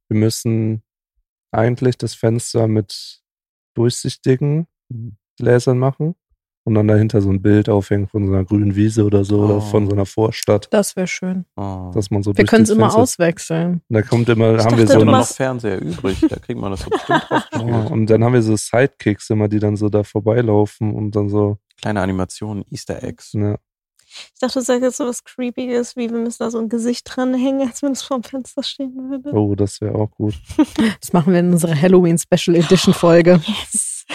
Wir müssen eigentlich das Fenster mit durchsichtigen Gläsern machen und dann dahinter so ein Bild aufhängen von so einer grünen Wiese oder so
Oh.
oder von so einer Vorstadt,
Das wäre schön.
Oh.
dass man so
Wir
durch
können es
die
immer
Fenster-
auswechseln.
Und da kommt immer,
Ich
haben wir
dachte,
ist
so
ja
du
nur
einen,
noch
machst-
Fernseher übrig, da kriegt man das doch bestimmt drauf.
oh, und dann haben wir so Sidekicks immer, die dann so da vorbeilaufen und dann so,
Kleine Animationen, Easter Eggs.
ne,
Ich dachte, du sagst jetzt so was Creepiges, wie wir müssen da so ein Gesicht dranhängen, als wenn es vor dem Fenster stehen würde.
oh, das wäre auch gut.
Das machen wir in unserer Halloween Special Edition Folge.
Yes.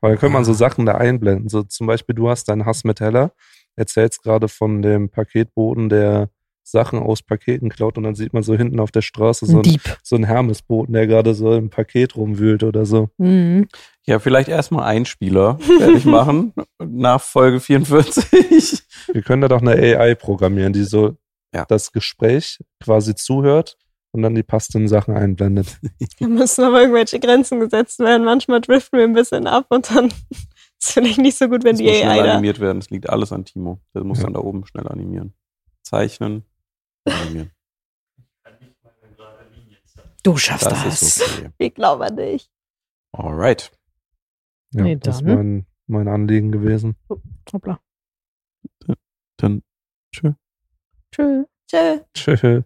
Aber dann könnte man
Mhm.
so Sachen da einblenden. So zum Beispiel, du hast deinen Hass mit Hella, erzählst gerade von dem Paketboten, der Sachen aus Paketen klaut und dann sieht man so hinten auf der Straße so
Ein
einen,
Dieb.
so einen Hermesboten, der gerade so im Paket rumwühlt oder so.
Mhm.
Ja, vielleicht erstmal einen Spieler fertig machen nach Folge 44.
Wir können da doch eine AI programmieren, die so
Ja.
das Gespräch quasi zuhört und dann die passenden Sachen einblendet.
Da müssen aber irgendwelche Grenzen gesetzt werden. Manchmal driften wir ein bisschen ab und dann (laughs) ist vielleicht nicht so gut, wenn
das
die
muss schnell
AI da.
animiert werden. Das liegt alles an Timo. Der muss
Ja.
dann da oben schnell animieren. Zeichnen, animieren.
Du schaffst das.
Das ist okay.
Ich glaube an dich.
Alright.
Ja,
Nee,
das ist
dann.
mein, mein Anliegen gewesen. (laughs)
Hoppla.
Dann
Tschüss.
Tschö.
Tschö.